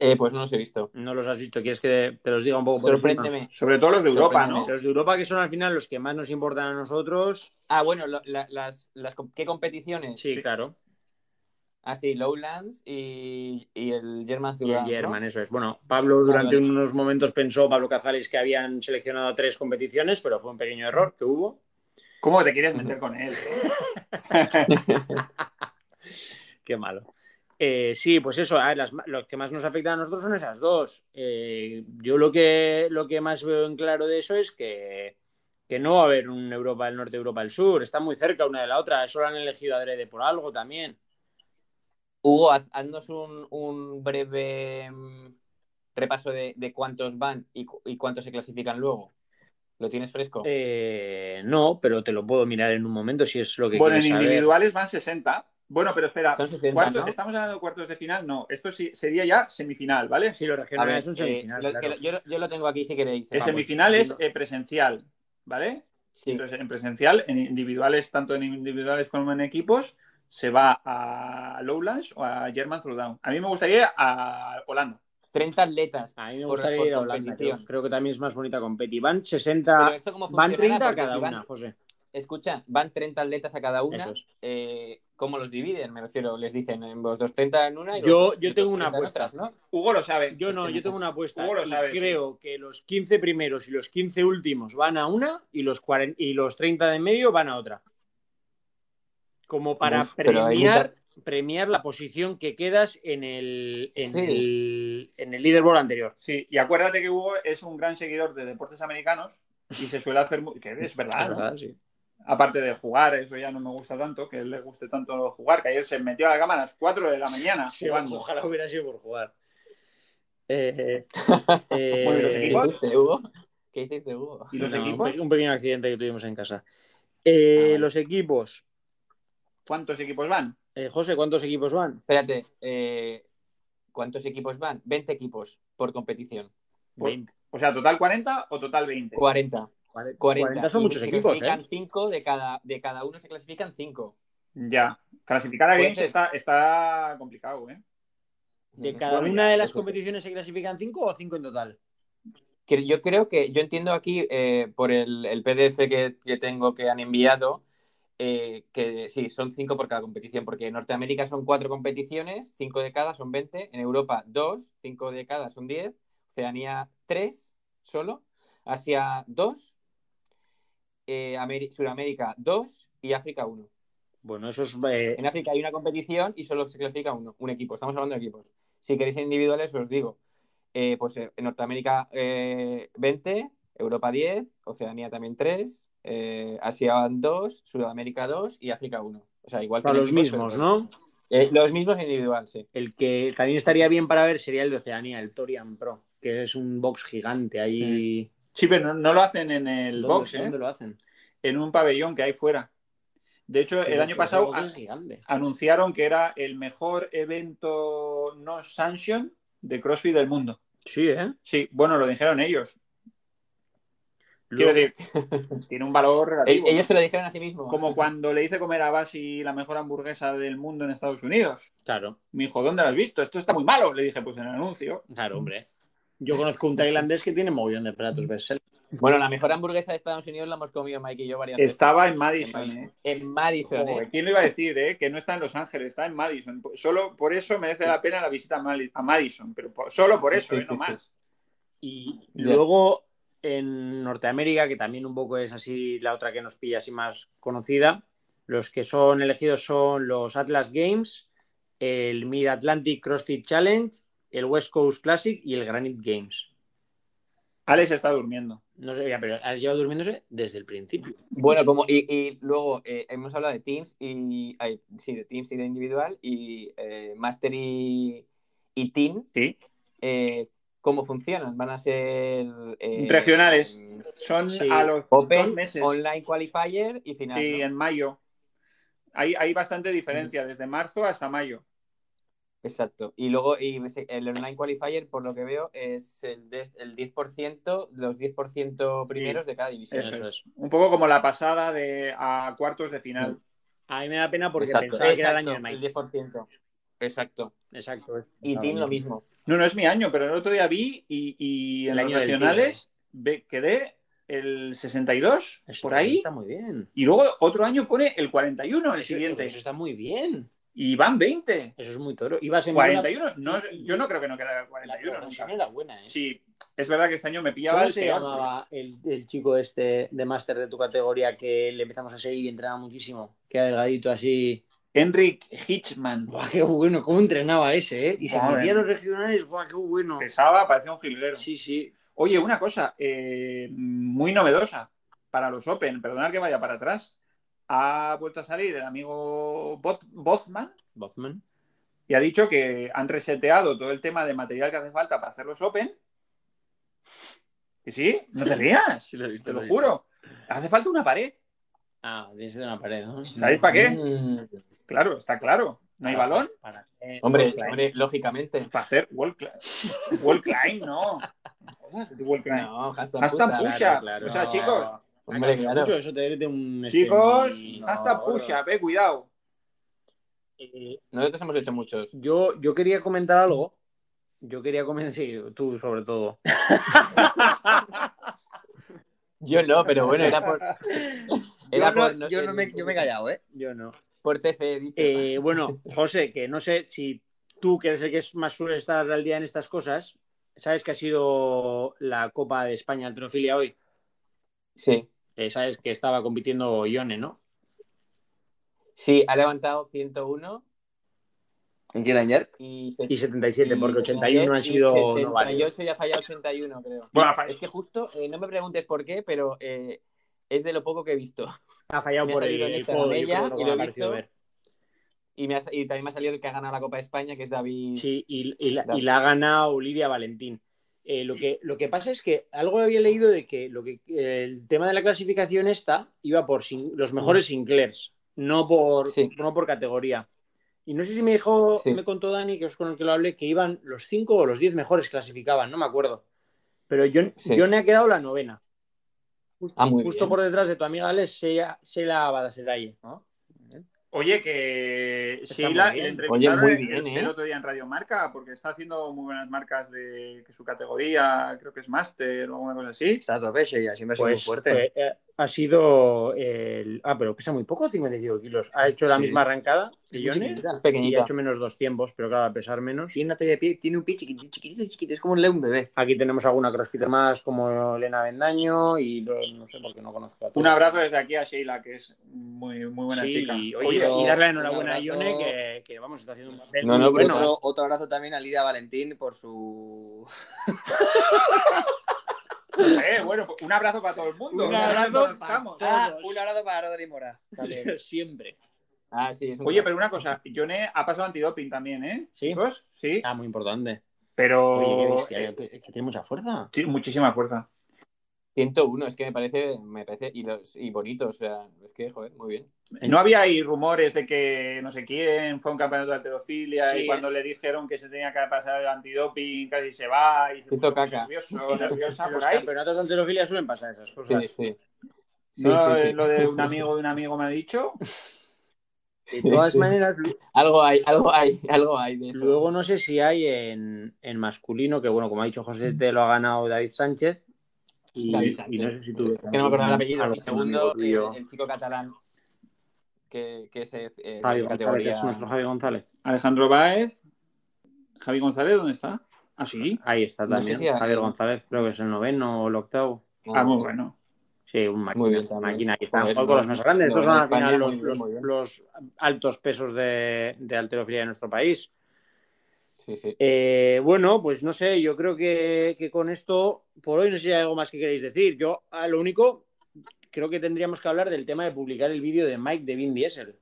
E: Eh, pues no los he visto.
D: No los has visto, ¿quieres que te los diga un
G: Oh,
D: poco? por encima?
E: Sorpréndeme.
F: Sobre todo los de Europa, ¿no?
D: Los de Europa, que son al final los que más nos importan a nosotros.
E: Ah, bueno, lo- la- las, las, com- ¿qué competiciones?
D: Sí, claro.
E: Ah, sí, Lowlands y, y el German
D: Y el
E: Ciudad.
D: German, eso es. Bueno, Pablo durante unos momentos pensó, Pablo Cazales, que habían seleccionado tres competiciones, pero fue un pequeño error que hubo.
F: ¿Cómo te quieres meter con él?
D: Qué malo. Eh, sí, pues eso, a ver, las, ma- los que más nos afectan a nosotros son esas dos. Eh, yo lo que, lo que más veo en claro de eso es que, que no va a haber un Europa del Norte, Europa del Sur. Está muy cerca una de la otra. Eso lo han elegido adrede por algo también.
E: Hugo, haz- haznos un, un breve mm, repaso de, de cuántos van y, cu- y cuántos se clasifican luego. ¿Lo tienes fresco?
D: Eh, no, pero te lo puedo mirar en un momento si es lo que
F: bueno, en
D: quieres saber.
F: individuales van 60. Bueno, pero espera,
E: Son 60,
F: ¿cuartos-
E: ¿no?
F: ¿estamos hablando de cuartos de final? No, esto sí- sería ya semifinal, ¿vale?
D: Sí, los
E: A ver,
D: regionales son
E: eh,
D: semifinal,
E: lo-
D: claro.
E: que lo- yo, lo- yo lo tengo aquí si queréis.
F: En
E: vamos.
F: semifinales
E: Sí.
F: eh, presencial, ¿vale? Entonces, en presencial, en individuales, tanto en individuales como en equipos, se va a Lowlands o a German Throwdown. A mí me gustaría a Holanda.
E: 30 atletas.
D: A mí me
E: por-
D: gustaría
E: por
D: ir a Holanda. Creo,
E: competición.
D: creo que también es más bonita competir. Van
E: Pero
D: 60,
E: esto cómo
D: van
E: funciona,
D: 30
E: Porque
D: cada
E: si van-
D: una, José.
E: Escucha, van 30 atletas a cada una.
D: Eso es.
E: eh, ¿Cómo los dividen? Me refiero, les dicen, eh, vosotros 30 en una y
D: Yo-
E: vosotros
D: yo tengo una
E: 30 en
D: apuesta.
E: otras, ¿no?
F: Hugo lo sabe.
D: Yo no,
E: que
D: yo
E: no.
D: tengo una apuesta.
F: Tú lo
D: y
F: sabes,
D: creo que los 15 primeros y los 15 últimos van a una y los, 40 y los 30 de medio van a otra. Como para
E: Uf, pero hay
D: premiar, premiar la posición que quedas en el, en,
E: Sí.
D: el, en el leaderboard anterior.
F: Sí, y acuérdate que Hugo es un gran seguidor de deportes americanos y se suele hacer... mu- Que es verdad,
D: Es
F: ¿no?
D: verdad, sí.
F: Aparte de jugar, eso ya no me gusta tanto, que le guste tanto jugar, que ayer se metió a la cama a las 4 de la mañana
D: Sí,
F: Ah, jugando.
D: ojalá hubiera sido por jugar. Eh, eh,
F: Bueno, ¿y los
E: ¿Qué
F: equipos?
E: hiciste, Hugo? ¿Qué hiciste, Hugo?
F: ¿Y los
D: no, un
F: equipos?
D: pe- Un pequeño accidente que tuvimos en casa. Eh,
E: Ah, vale.
D: Los equipos.
F: ¿Cuántos equipos van?
D: Eh, José, ¿cuántos equipos van?
E: Espérate, eh, ¿cuántos equipos van? 20 equipos por competición.
F: Por-
D: 20.
F: Pues, O sea, ¿total 40 o total 20?
E: 40.
D: 40,
E: 40,
D: son
E: Y
D: muchos
E: se
D: equipos, ¿eh?
E: clasifican 5 de cada, de cada uno se clasifican 5.
F: Ya. Clasificar a
E: Puede
F: Games
E: ser.
F: está, está complicado, ¿eh?
D: ¿De cada
F: Bueno,
D: una de las
E: eso sí.
D: competiciones se clasifican 5 o 5 en total?
E: Que Yo creo que, yo entiendo aquí eh, por el, el PDF que, que tengo que han enviado, eh, que sí, son cinco por cada competición, porque en Norteamérica son cuatro competiciones, cinco de cada son 20, en Europa dos, cinco de cada son 10, Oceanía tres solo, Asia dos, eh, Ameri- Sudamérica dos y África uno.
D: Bueno, eso es. eh,
E: En África hay una competición y solo se clasifica uno, un equipo. Estamos hablando de equipos. Si queréis individuales, os digo. Eh, pues eh, en Norteamérica eh, 20, Europa 10, Oceanía también 3, eh, Asia 2, Sudamérica 2 y África 1. O sea, igual
D: Para
E: en
D: los
E: equipos,
D: mismos,
E: pero-
D: ¿no?
E: Eh, los mismos individual, sí.
D: El que también estaría bien para ver sería el de Oceanía, el Torian Pro, que es un box gigante ahí.
F: Sí, pero no, no lo hacen en el
D: ¿Dónde-
F: box, ¿eh?
D: ¿Dónde lo hacen?
F: en un pabellón que hay fuera. De hecho, el año pasado
D: box
F: a-
D: es gigante.
F: anunciaron que era el mejor evento no sanction de CrossFit del mundo.
D: Sí, ¿eh?
F: Sí, bueno, lo dijeron ellos. Quiero decir, tiene un valor relativo.
E: Ellos te lo dijeron a sí mismos.
F: Como cuando le hice comer a Basi la mejor hamburguesa del mundo en Estados Unidos.
D: Claro,
F: Me dijo, ¿dónde lo has visto? Esto está muy malo. Le dije, pues en el anuncio.
D: claro, hombre. Yo conozco un tailandés que tiene mogollón de platos bestseller.
E: Bueno, la mejor hamburguesa de Estados Unidos la hemos comido Mike y yo varias veces.
F: Estaba en Madison. ¿eh?
E: En Madison, ¿eh?
F: Joder, ¿Quién lo iba a decir, eh? Que no está en Los Ángeles, está en Madison. Solo por eso merece la pena la visita a Mali- a Madison, pero por- solo por eso,
E: Sí,
F: eh,
E: sí,
F: no
E: sí.
F: más.
D: Y
F: Ya.
D: luego en Norteamérica, que también un poco es así la otra que nos pilla así más conocida, los que son elegidos son los Atlas Games, el Mid Atlantic CrossFit Challenge, el West Coast Classic y el Granite Games.
F: Alex está durmiendo.
D: No sé, ya, pero has llevado durmiéndose desde el principio.
E: Bueno, como y, y luego eh, hemos hablado de teams y ay, sí, de teams y de individual y eh, master y, y team.
F: Sí.
E: eh, ¿Cómo funcionan? Van a ser eh,
F: Regionales.
E: mm,
F: Son
D: Sí.
F: a los dos
E: Open,
F: meses
E: online qualifier y final.
F: sí,
E: ¿no?
F: en mayo. Hay, hay bastante diferencia, desde marzo hasta mayo.
E: Exacto. Y luego y se- el online qualifier, por lo que veo, es el, de- el 10%, los 10%
F: Sí.
E: primeros de cada división.
F: Eso
D: eso
F: es. Un poco como la pasada de a cuartos de final.
D: A mí me da pena porque
E: Exacto.
D: pensaba que era el
E: Exacto,
D: año de Mike.
E: el 10%. Exacto.
D: Exacto.
E: Y team lo mismo.
F: No, no es mi año, pero el otro día vi y, y en
D: El
F: los
D: año del
F: nacionales ve- quedé el 62,
D: Eso
F: por ahí.
D: Pues Está muy bien.
F: Y luego otro año pone el 41, el
D: Eso-
F: siguiente.
D: Eso está muy bien.
F: Y van 20.
D: Eso es muy toro. Ibas en
F: 41. No, yo no creo que no quedara
D: La
F: 41
D: progresión
F: nunca.
D: era buena, ¿eh?
F: Sí, es verdad que este año me pillaba
D: ¿Cómo
F: el
D: se
F: peor.
D: llamaba el, el chico este de máster de tu categoría que le empezamos a seguir y entrenaba muchísimo? Que era delgadito así.
F: Enric Hitchman.
D: Buah, qué bueno, cómo entrenaba ese, ¿eh? Y se
F: Joder.
D: metía a los regionales, buah, qué bueno.
F: Pesaba, parecía un jilguero.
D: Sí, sí.
F: Oye, una cosa eh, muy novedosa para los Open, perdonad que vaya para atrás. Ha vuelto a salir el amigo Bot- Bozman
D: Bozman.
F: y ha dicho que han reseteado todo el tema de material que hace falta para hacer los Open. Y sí, no te rías, te lo juro. Hace falta una pared.
D: Ah, tienes de una pared, ¿no?
F: ¿Sabéis para qué?
E: Mm.
F: Claro, está claro. No hay
D: Para-
F: balón
D: para- eh,
E: Hombre,
D: para-
E: hombre, lógicamente.
F: para hacer wall, cli- wall climb, no. Jodas, wall climb.
E: No, hashtag
F: Hashtag
E: pusa.
F: push-up.
D: claro, claro.
F: O sea,
E: No,
F: chicos,
E: Hombre, claro.
D: Mucho, eso te debe tener un... este,
F: chicos,
D: muy-
F: hasta push-up, eh, cuidado.
D: Eh,
E: Nosotros hemos hecho muchos.
D: Yo, yo quería comentar algo. Yo quería comentar, sí, tú sobre todo.
E: Yo no, pero bueno, era por,
G: Yo
E: era
G: no,
E: por no-
G: yo no me, yo me he callado, ¿eh?
D: Yo no.
E: por TC he dicho.
D: Eh, bueno, José, que no sé si tú, que eres el que es- más suele estar al día en estas cosas, sabes que ha sido la Copa de España de Alterofilia hoy.
E: Sí.
D: Eh, sabes que estaba compitiendo Ione, ¿no?
E: Sí, ha levantado 101
G: ¿En quién ayer?
E: y,
D: Y 77, porque 81 han
E: y
D: sido
E: 78
D: no válidos.
E: ya ha fallado 81, creo.
F: Bueno, ha fallado.
E: es que justo, eh, no me preguntes por qué, pero eh, es de lo poco que he visto.
D: Ha fallado
E: Me ha
D: por el,
E: salido en
D: el
E: esta
D: codo, yo
E: tabella
D: creo que lo
E: y
D: ha
E: lo he
D: parecido
E: visto.
D: ver.
E: Y, me ha sa- y también me ha salido el que ha ganado la Copa de España, que es David.
D: Sí, y, y la, y la ha ganado Lidia Valentín. Eh, lo, que, lo que pasa es que algo había leído de que, lo que eh, el tema de la clasificación esta iba por sin- los mejores Sinclairs, no por,
E: Mm. Sí.
D: no por categoría. Y no sé si me dijo,
E: Sí.
D: me contó Dani, que es con el que lo hablé, que iban los cinco o los diez mejores clasificaban, no me acuerdo. Pero yo,
E: Sí.
D: yo me ha quedado la novena. Justo,
E: Ah, muy
D: justo
E: bien.
D: por detrás de tu amiga Alex, Sheila Sheila Badaseraye, ¿no?
F: Oye, que
D: Está
F: Sheila
D: muy bien.
F: le
E: Oye,
F: entrevistaron
E: muy
F: el-
E: bien, ¿eh?
F: el otro día en Radio Marca, porque está haciendo muy buenas marcas de que su categoría, creo que es máster o alguna cosa así.
G: Está a tope, Sheila, siempre ha sido muy
D: Pues,
G: fuerte.
D: pues, eh, ha sido el. Ah, pero pesa muy poco, 55 kilos. Ha hecho la
G: Sí.
D: misma arrancada que
G: Muy
D: Jones
G: chiquitita.
D: y
E: pequeñita.
D: ha hecho menos dos tiempos, pero claro, a pesar menos.
G: Tiene una talla de pie, tiene un pie chiquitito, chiquitito, chiquitito, es como un león bebé.
D: Aquí tenemos alguna crossfit más como Elena Bendaño y no, no sé por qué no conozco a todos.
F: Un abrazo desde aquí a Sheila, que es muy, muy buena
D: Sí,
F: chica.
D: y,
F: Oye,
D: oye, y darle la enhorabuena a
G: un abrazo.
D: Ione, que, que, vamos, está haciendo un papel.
E: No, no,
D: muy
E: pero
D: bueno.
G: otro, otro abrazo también a Lidia Valentín por su.
F: eh, bueno, pues un abrazo para todo el mundo.
D: Un
F: Ya
D: abrazo
F: nos conozcamos.
D: para todos.
G: un abrazo para Rodri Mora.
D: Siempre.
E: Ah, sí, es un
F: Oye, pero una cosa, Yone ha pasado antidoping también, ¿eh?
D: Sí.
F: Chicos, Sí,
D: Ah, muy importante.
F: pero
D: Oye, qué bestia, que, que tiene mucha fuerza.
F: Sí, muchísima fuerza.
E: 101, es que me parece, me parece, y, los, y bonito, o sea, es que, joder, muy bien.
F: ¿No había ahí rumores de que no sé quién fue a un campeonato de alterofilia
D: Sí.
F: y cuando le dijeron que se tenía que pasar el antidoping casi se va y se
E: Hizo
F: puso
E: caca.
F: nervioso, nerviosa
D: Los
F: por ahí?
D: campeonatos de alterofilia suelen pasar esas
E: Sí,
D: cosas.
E: sí. Sí,
F: ¿No
E: sí, sí.
F: es lo de un amigo de un amigo me ha dicho?
G: De todas
E: Sí.
G: maneras, Lu-
E: Algo hay, algo hay, algo hay de eso.
D: Luego no sé si hay en, en masculino, que bueno, como ha dicho José, te lo ha ganado David Sánchez. Y,
E: David Sánchez.
D: y no sé si tú.
E: que no me acuerdo el apellido.
D: algún
E: Y
D: amigo
E: segundo,
D: tuyo.
E: el, el chico catalán, que, que es eh, de
D: Javi González, que
E: categoría.
D: es nuestro Javi González.
F: Alejandro Báez. Javi González, ¿dónde está? Ah, sí.
D: Ahí está
E: No sé
D: también.
E: si hay-
D: Javier González, creo que es el noveno o el octavo.
F: Ah,
D: Oh.
F: muy bueno.
D: Sí, un máquina.
E: Muy bien,
D: una
E: también.
D: máquina. Ahí están
E: Joder,
D: con los más grandes.
E: no,
D: Estos son
E: en
D: al final
E: España,
D: los,
E: muy bien,
D: los-
E: muy bien.
D: los altos pesos de, de alterofilia de nuestro país.
E: Sí, sí.
D: Eh, bueno, pues no sé, yo creo que, que con esto, por hoy no sé si hay algo más que queréis decir. Yo, a lo único, creo que tendríamos que hablar del tema de publicar el vídeo de Mike de Vin Diesel.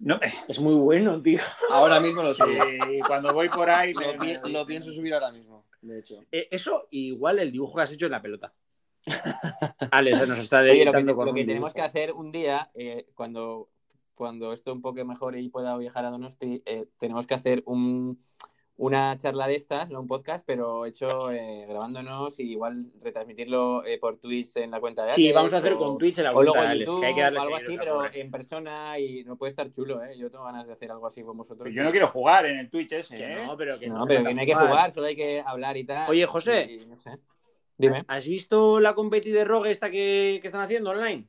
F: No,
D: Es muy bueno, tío.
G: ahora mismo lo subo.
F: eh, cuando voy por ahí me-
G: Lo, pi- lo pienso subir ahora mismo, de hecho.
D: Eh, eso, igual el dibujo que has hecho en la pelota. Alex se nos está
E: Oye, lo que,
D: deleitando
E: lo
D: un
E: que tenemos
D: dibujo.
E: que hacer un día, eh, cuando, cuando esto un poco mejor y pueda viajar a Donosti, eh, tenemos que hacer un, una charla de estas, no un podcast, pero hecho eh, grabándonos y igual retransmitirlo eh, por Twitch en la cuenta de Alex.
D: Sí, vamos a hacer
E: o-
D: con Twitch en la
E: O luego
D: cuenta de
E: en
D: Alex,
E: YouTube,
D: que hay que darle eh.
E: algo así,
D: seguidores
E: pero
D: al pobre.
E: en persona y no puede estar chulo, ¿eh? Yo tengo ganas de hacer algo así con vosotros.
F: Pues yo no quiero jugar en el Twitch ese,
D: Que
F: ¿eh?
D: no, pero que
E: No, pero que no hay que
D: jugar.
E: jugar, solo hay que hablar y tal.
D: Oye, José.
E: Y- y no sé. Dime.
D: ¿Has visto la competi de Rogue esta que, que están haciendo online?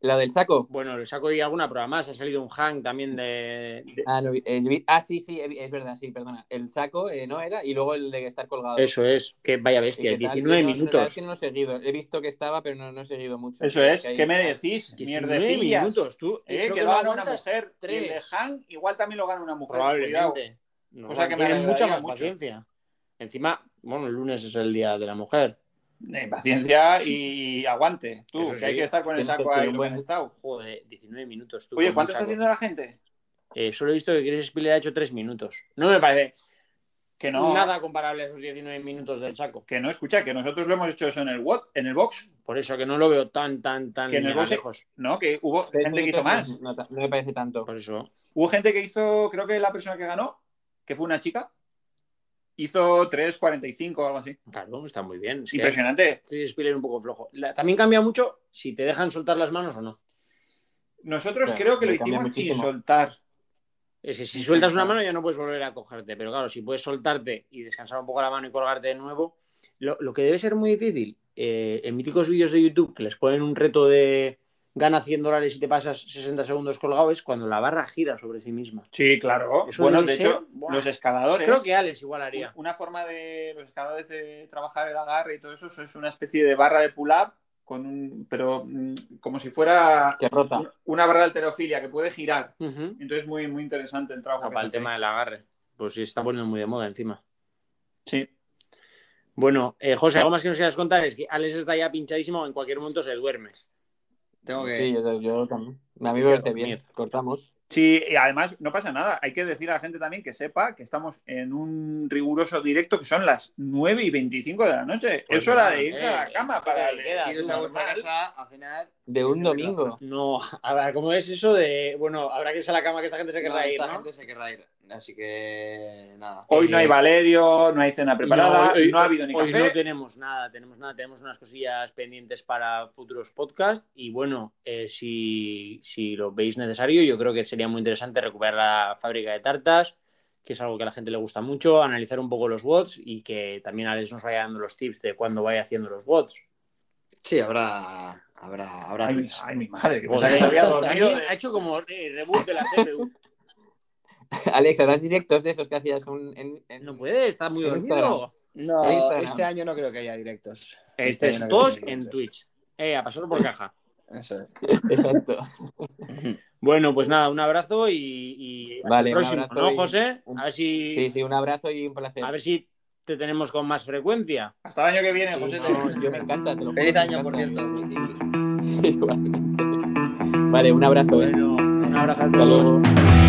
E: ¿La del saco?
D: Bueno, le saco ahí alguna prueba más. Ha salido un hang también de.
E: Ah, no, eh, vi- ah, sí, sí, eh, es verdad, sí, perdona. El saco eh, no era y luego el de estar colgado.
D: Eso es, que vaya
E: ¿Y
D: bestia,
E: qué tal?
D: 19
E: Yo no- la verdad
D: minutos.
E: es que no lo he seguido. He visto que estaba, pero no, no he seguido mucho.
F: Eso es.
E: Que hay-
F: ¿Qué me decís?
D: 19
F: Mierdecillas.
D: minutos, tú.
F: Eh,
D: creo
F: que
D: no
F: lo gana una
D: aguantas.
F: mujer. Y el de
D: tres.
F: Han igual también lo gana una mujer. Cuidado.
D: Probablemente. No,
F: Cosa que me
D: tienen mucha
F: alegraría
D: más
F: mucho.
D: paciencia. Encima, bueno, el lunes es el día de la mujer.
F: Eh, paciencia y aguante. Tú,
D: Eso
F: que
D: sí.
F: hay que estar con el
E: Tienes que
F: saco
E: ser
F: ahí.
E: un
F: lo
E: buen-
F: que has estado.
D: Joder, 19 minutos. Tú,
F: Oye,
D: con
F: ¿cuánto
D: un
F: está
D: saco.
F: haciendo la gente?
D: Eh, solo he visto que Chris Spiller ha hecho 3 minutos. No me parece
F: Que no.
D: nada comparable a esos 19 minutos del saco.
F: Que no, escucha, que nosotros lo hemos hecho eso en el, what, en el box.
D: Por eso que no lo veo tan, tan, tan
F: Que en el
D: mega
F: boxe-
D: lejos.
F: ¿No? Que hubo
E: Tres
F: gente que hizo
E: minutos
F: más.
E: No, no- no me parece tanto.
D: Por eso.
F: Hubo gente que hizo, creo que la persona que ganó, que fue una chica, hizo 3.45 o algo así.
D: Claro, está muy bien. Es que-
F: Impresionante.
D: Chris Spiller un poco flojo. La- también cambia mucho si te dejan soltar las manos o no.
F: Nosotros
E: Claro,
F: creo que lo
E: le cambia
F: hicimos sin
E: muchísimo.
F: soltar.
D: Es que si sueltas una mano ya no puedes volver a cogerte, pero claro, si puedes soltarte y descansar un poco la mano y colgarte de nuevo, lo, lo que debe ser muy difícil, eh, en míticos vídeos de YouTube que les ponen un reto de gana 100 dólares y te pasas 60 segundos colgado, es cuando la barra gira sobre sí misma.
F: Sí, claro.
D: Eso
F: bueno,
D: debe
F: de
D: ser-
F: hecho,
D: Buah.
F: los escaladores.
D: Creo que Alex igual haría.
F: Una forma de los escaladores de trabajar el agarre y todo eso es una especie de barra de pull-up, con un, pero mm, como si fuera
E: Que rota.
F: una barra de alterofilia que puede girar.
D: Ujú.
F: Entonces, muy, muy interesante el trabajo.
D: Ah,
F: que
D: para el
F: hace.
D: tema del agarre. Pues sí, está poniendo muy de moda encima.
F: Sí.
D: Bueno, eh, José, algo más que nos quieras contar es que Alex está ya pinchadísimo, en cualquier momento se duerme.
G: Tengo que.
E: Sí, yo, yo también. A mí me parece bien.
D: Mierda.
E: Cortamos.
F: Sí, y además no pasa nada. Hay que decir a la gente también que sepa que estamos en un riguroso directo que son las 9 y 25 de la noche.
D: Pues
F: es hora
D: nada,
F: de irse a
D: eh,
F: la cama
D: eh,
F: para
D: eh,
F: leer.
D: queda,
G: Iros a vuestra casa a cenar.
E: De un domingo.
D: No, a ver, ¿cómo es eso de, bueno, habrá que irse a la cama que esta gente se querrá
G: No,
D: ir,
G: esta
D: ¿no?
G: gente se querrá ir. Así que nada.
F: Hoy no hay Valerio, no hay cena preparada, no,
D: hoy-
F: ha habido ni
D: Hoy
F: café.
D: no tenemos nada, tenemos nada, tenemos unas cosillas pendientes para futuros podcasts y bueno, eh, si, si lo veis necesario, yo creo que sería muy interesante recuperar la fábrica de tartas, que es algo que a la gente le gusta mucho, analizar un poco los bots y que también Alex nos vaya dando los tips de cuándo vaya haciendo los bots.
G: Sí, habrá. Habrá. Habrá.
F: Ay, mi-
G: tweets.
F: ay, mi madre, que pensaba
D: Joder,
F: que se pues había dormido.
D: también ha hecho como eh, reboot de la CPU.
E: Alex, harás directos de esos que hacías un- en, en-
D: No puede, está muy
E: En
D: dormido.
E: Instagram.
G: No,
E: En Instagram.
G: este año no creo que haya directos.
D: Este es
G: año no creo que
D: dos
G: haya
D: en
G: directos.
D: Twitch. Eh, a pasarlo por caja.
G: Eso es.
E: Exacto.
D: Bueno, pues nada, un abrazo y, y hasta
E: Vale,
D: el
E: un
D: próximo,
E: abrazo
D: ¿no,
E: y-
D: José?
E: un-
D: A ver si
E: Sí, sí, un abrazo y un placer.
D: a ver si te tenemos con más frecuencia.
F: Hasta el año que viene,
E: Sí,
F: José.
E: no, yo me encanta, te lo juro,
G: Feliz
E: me
G: año, por
E: encanta. Sí,
G: cierto.
E: igualmente. Vale, un abrazo. ¿eh?
D: Bueno, un Un abrazo a
J: Hasta luego.
D: todos.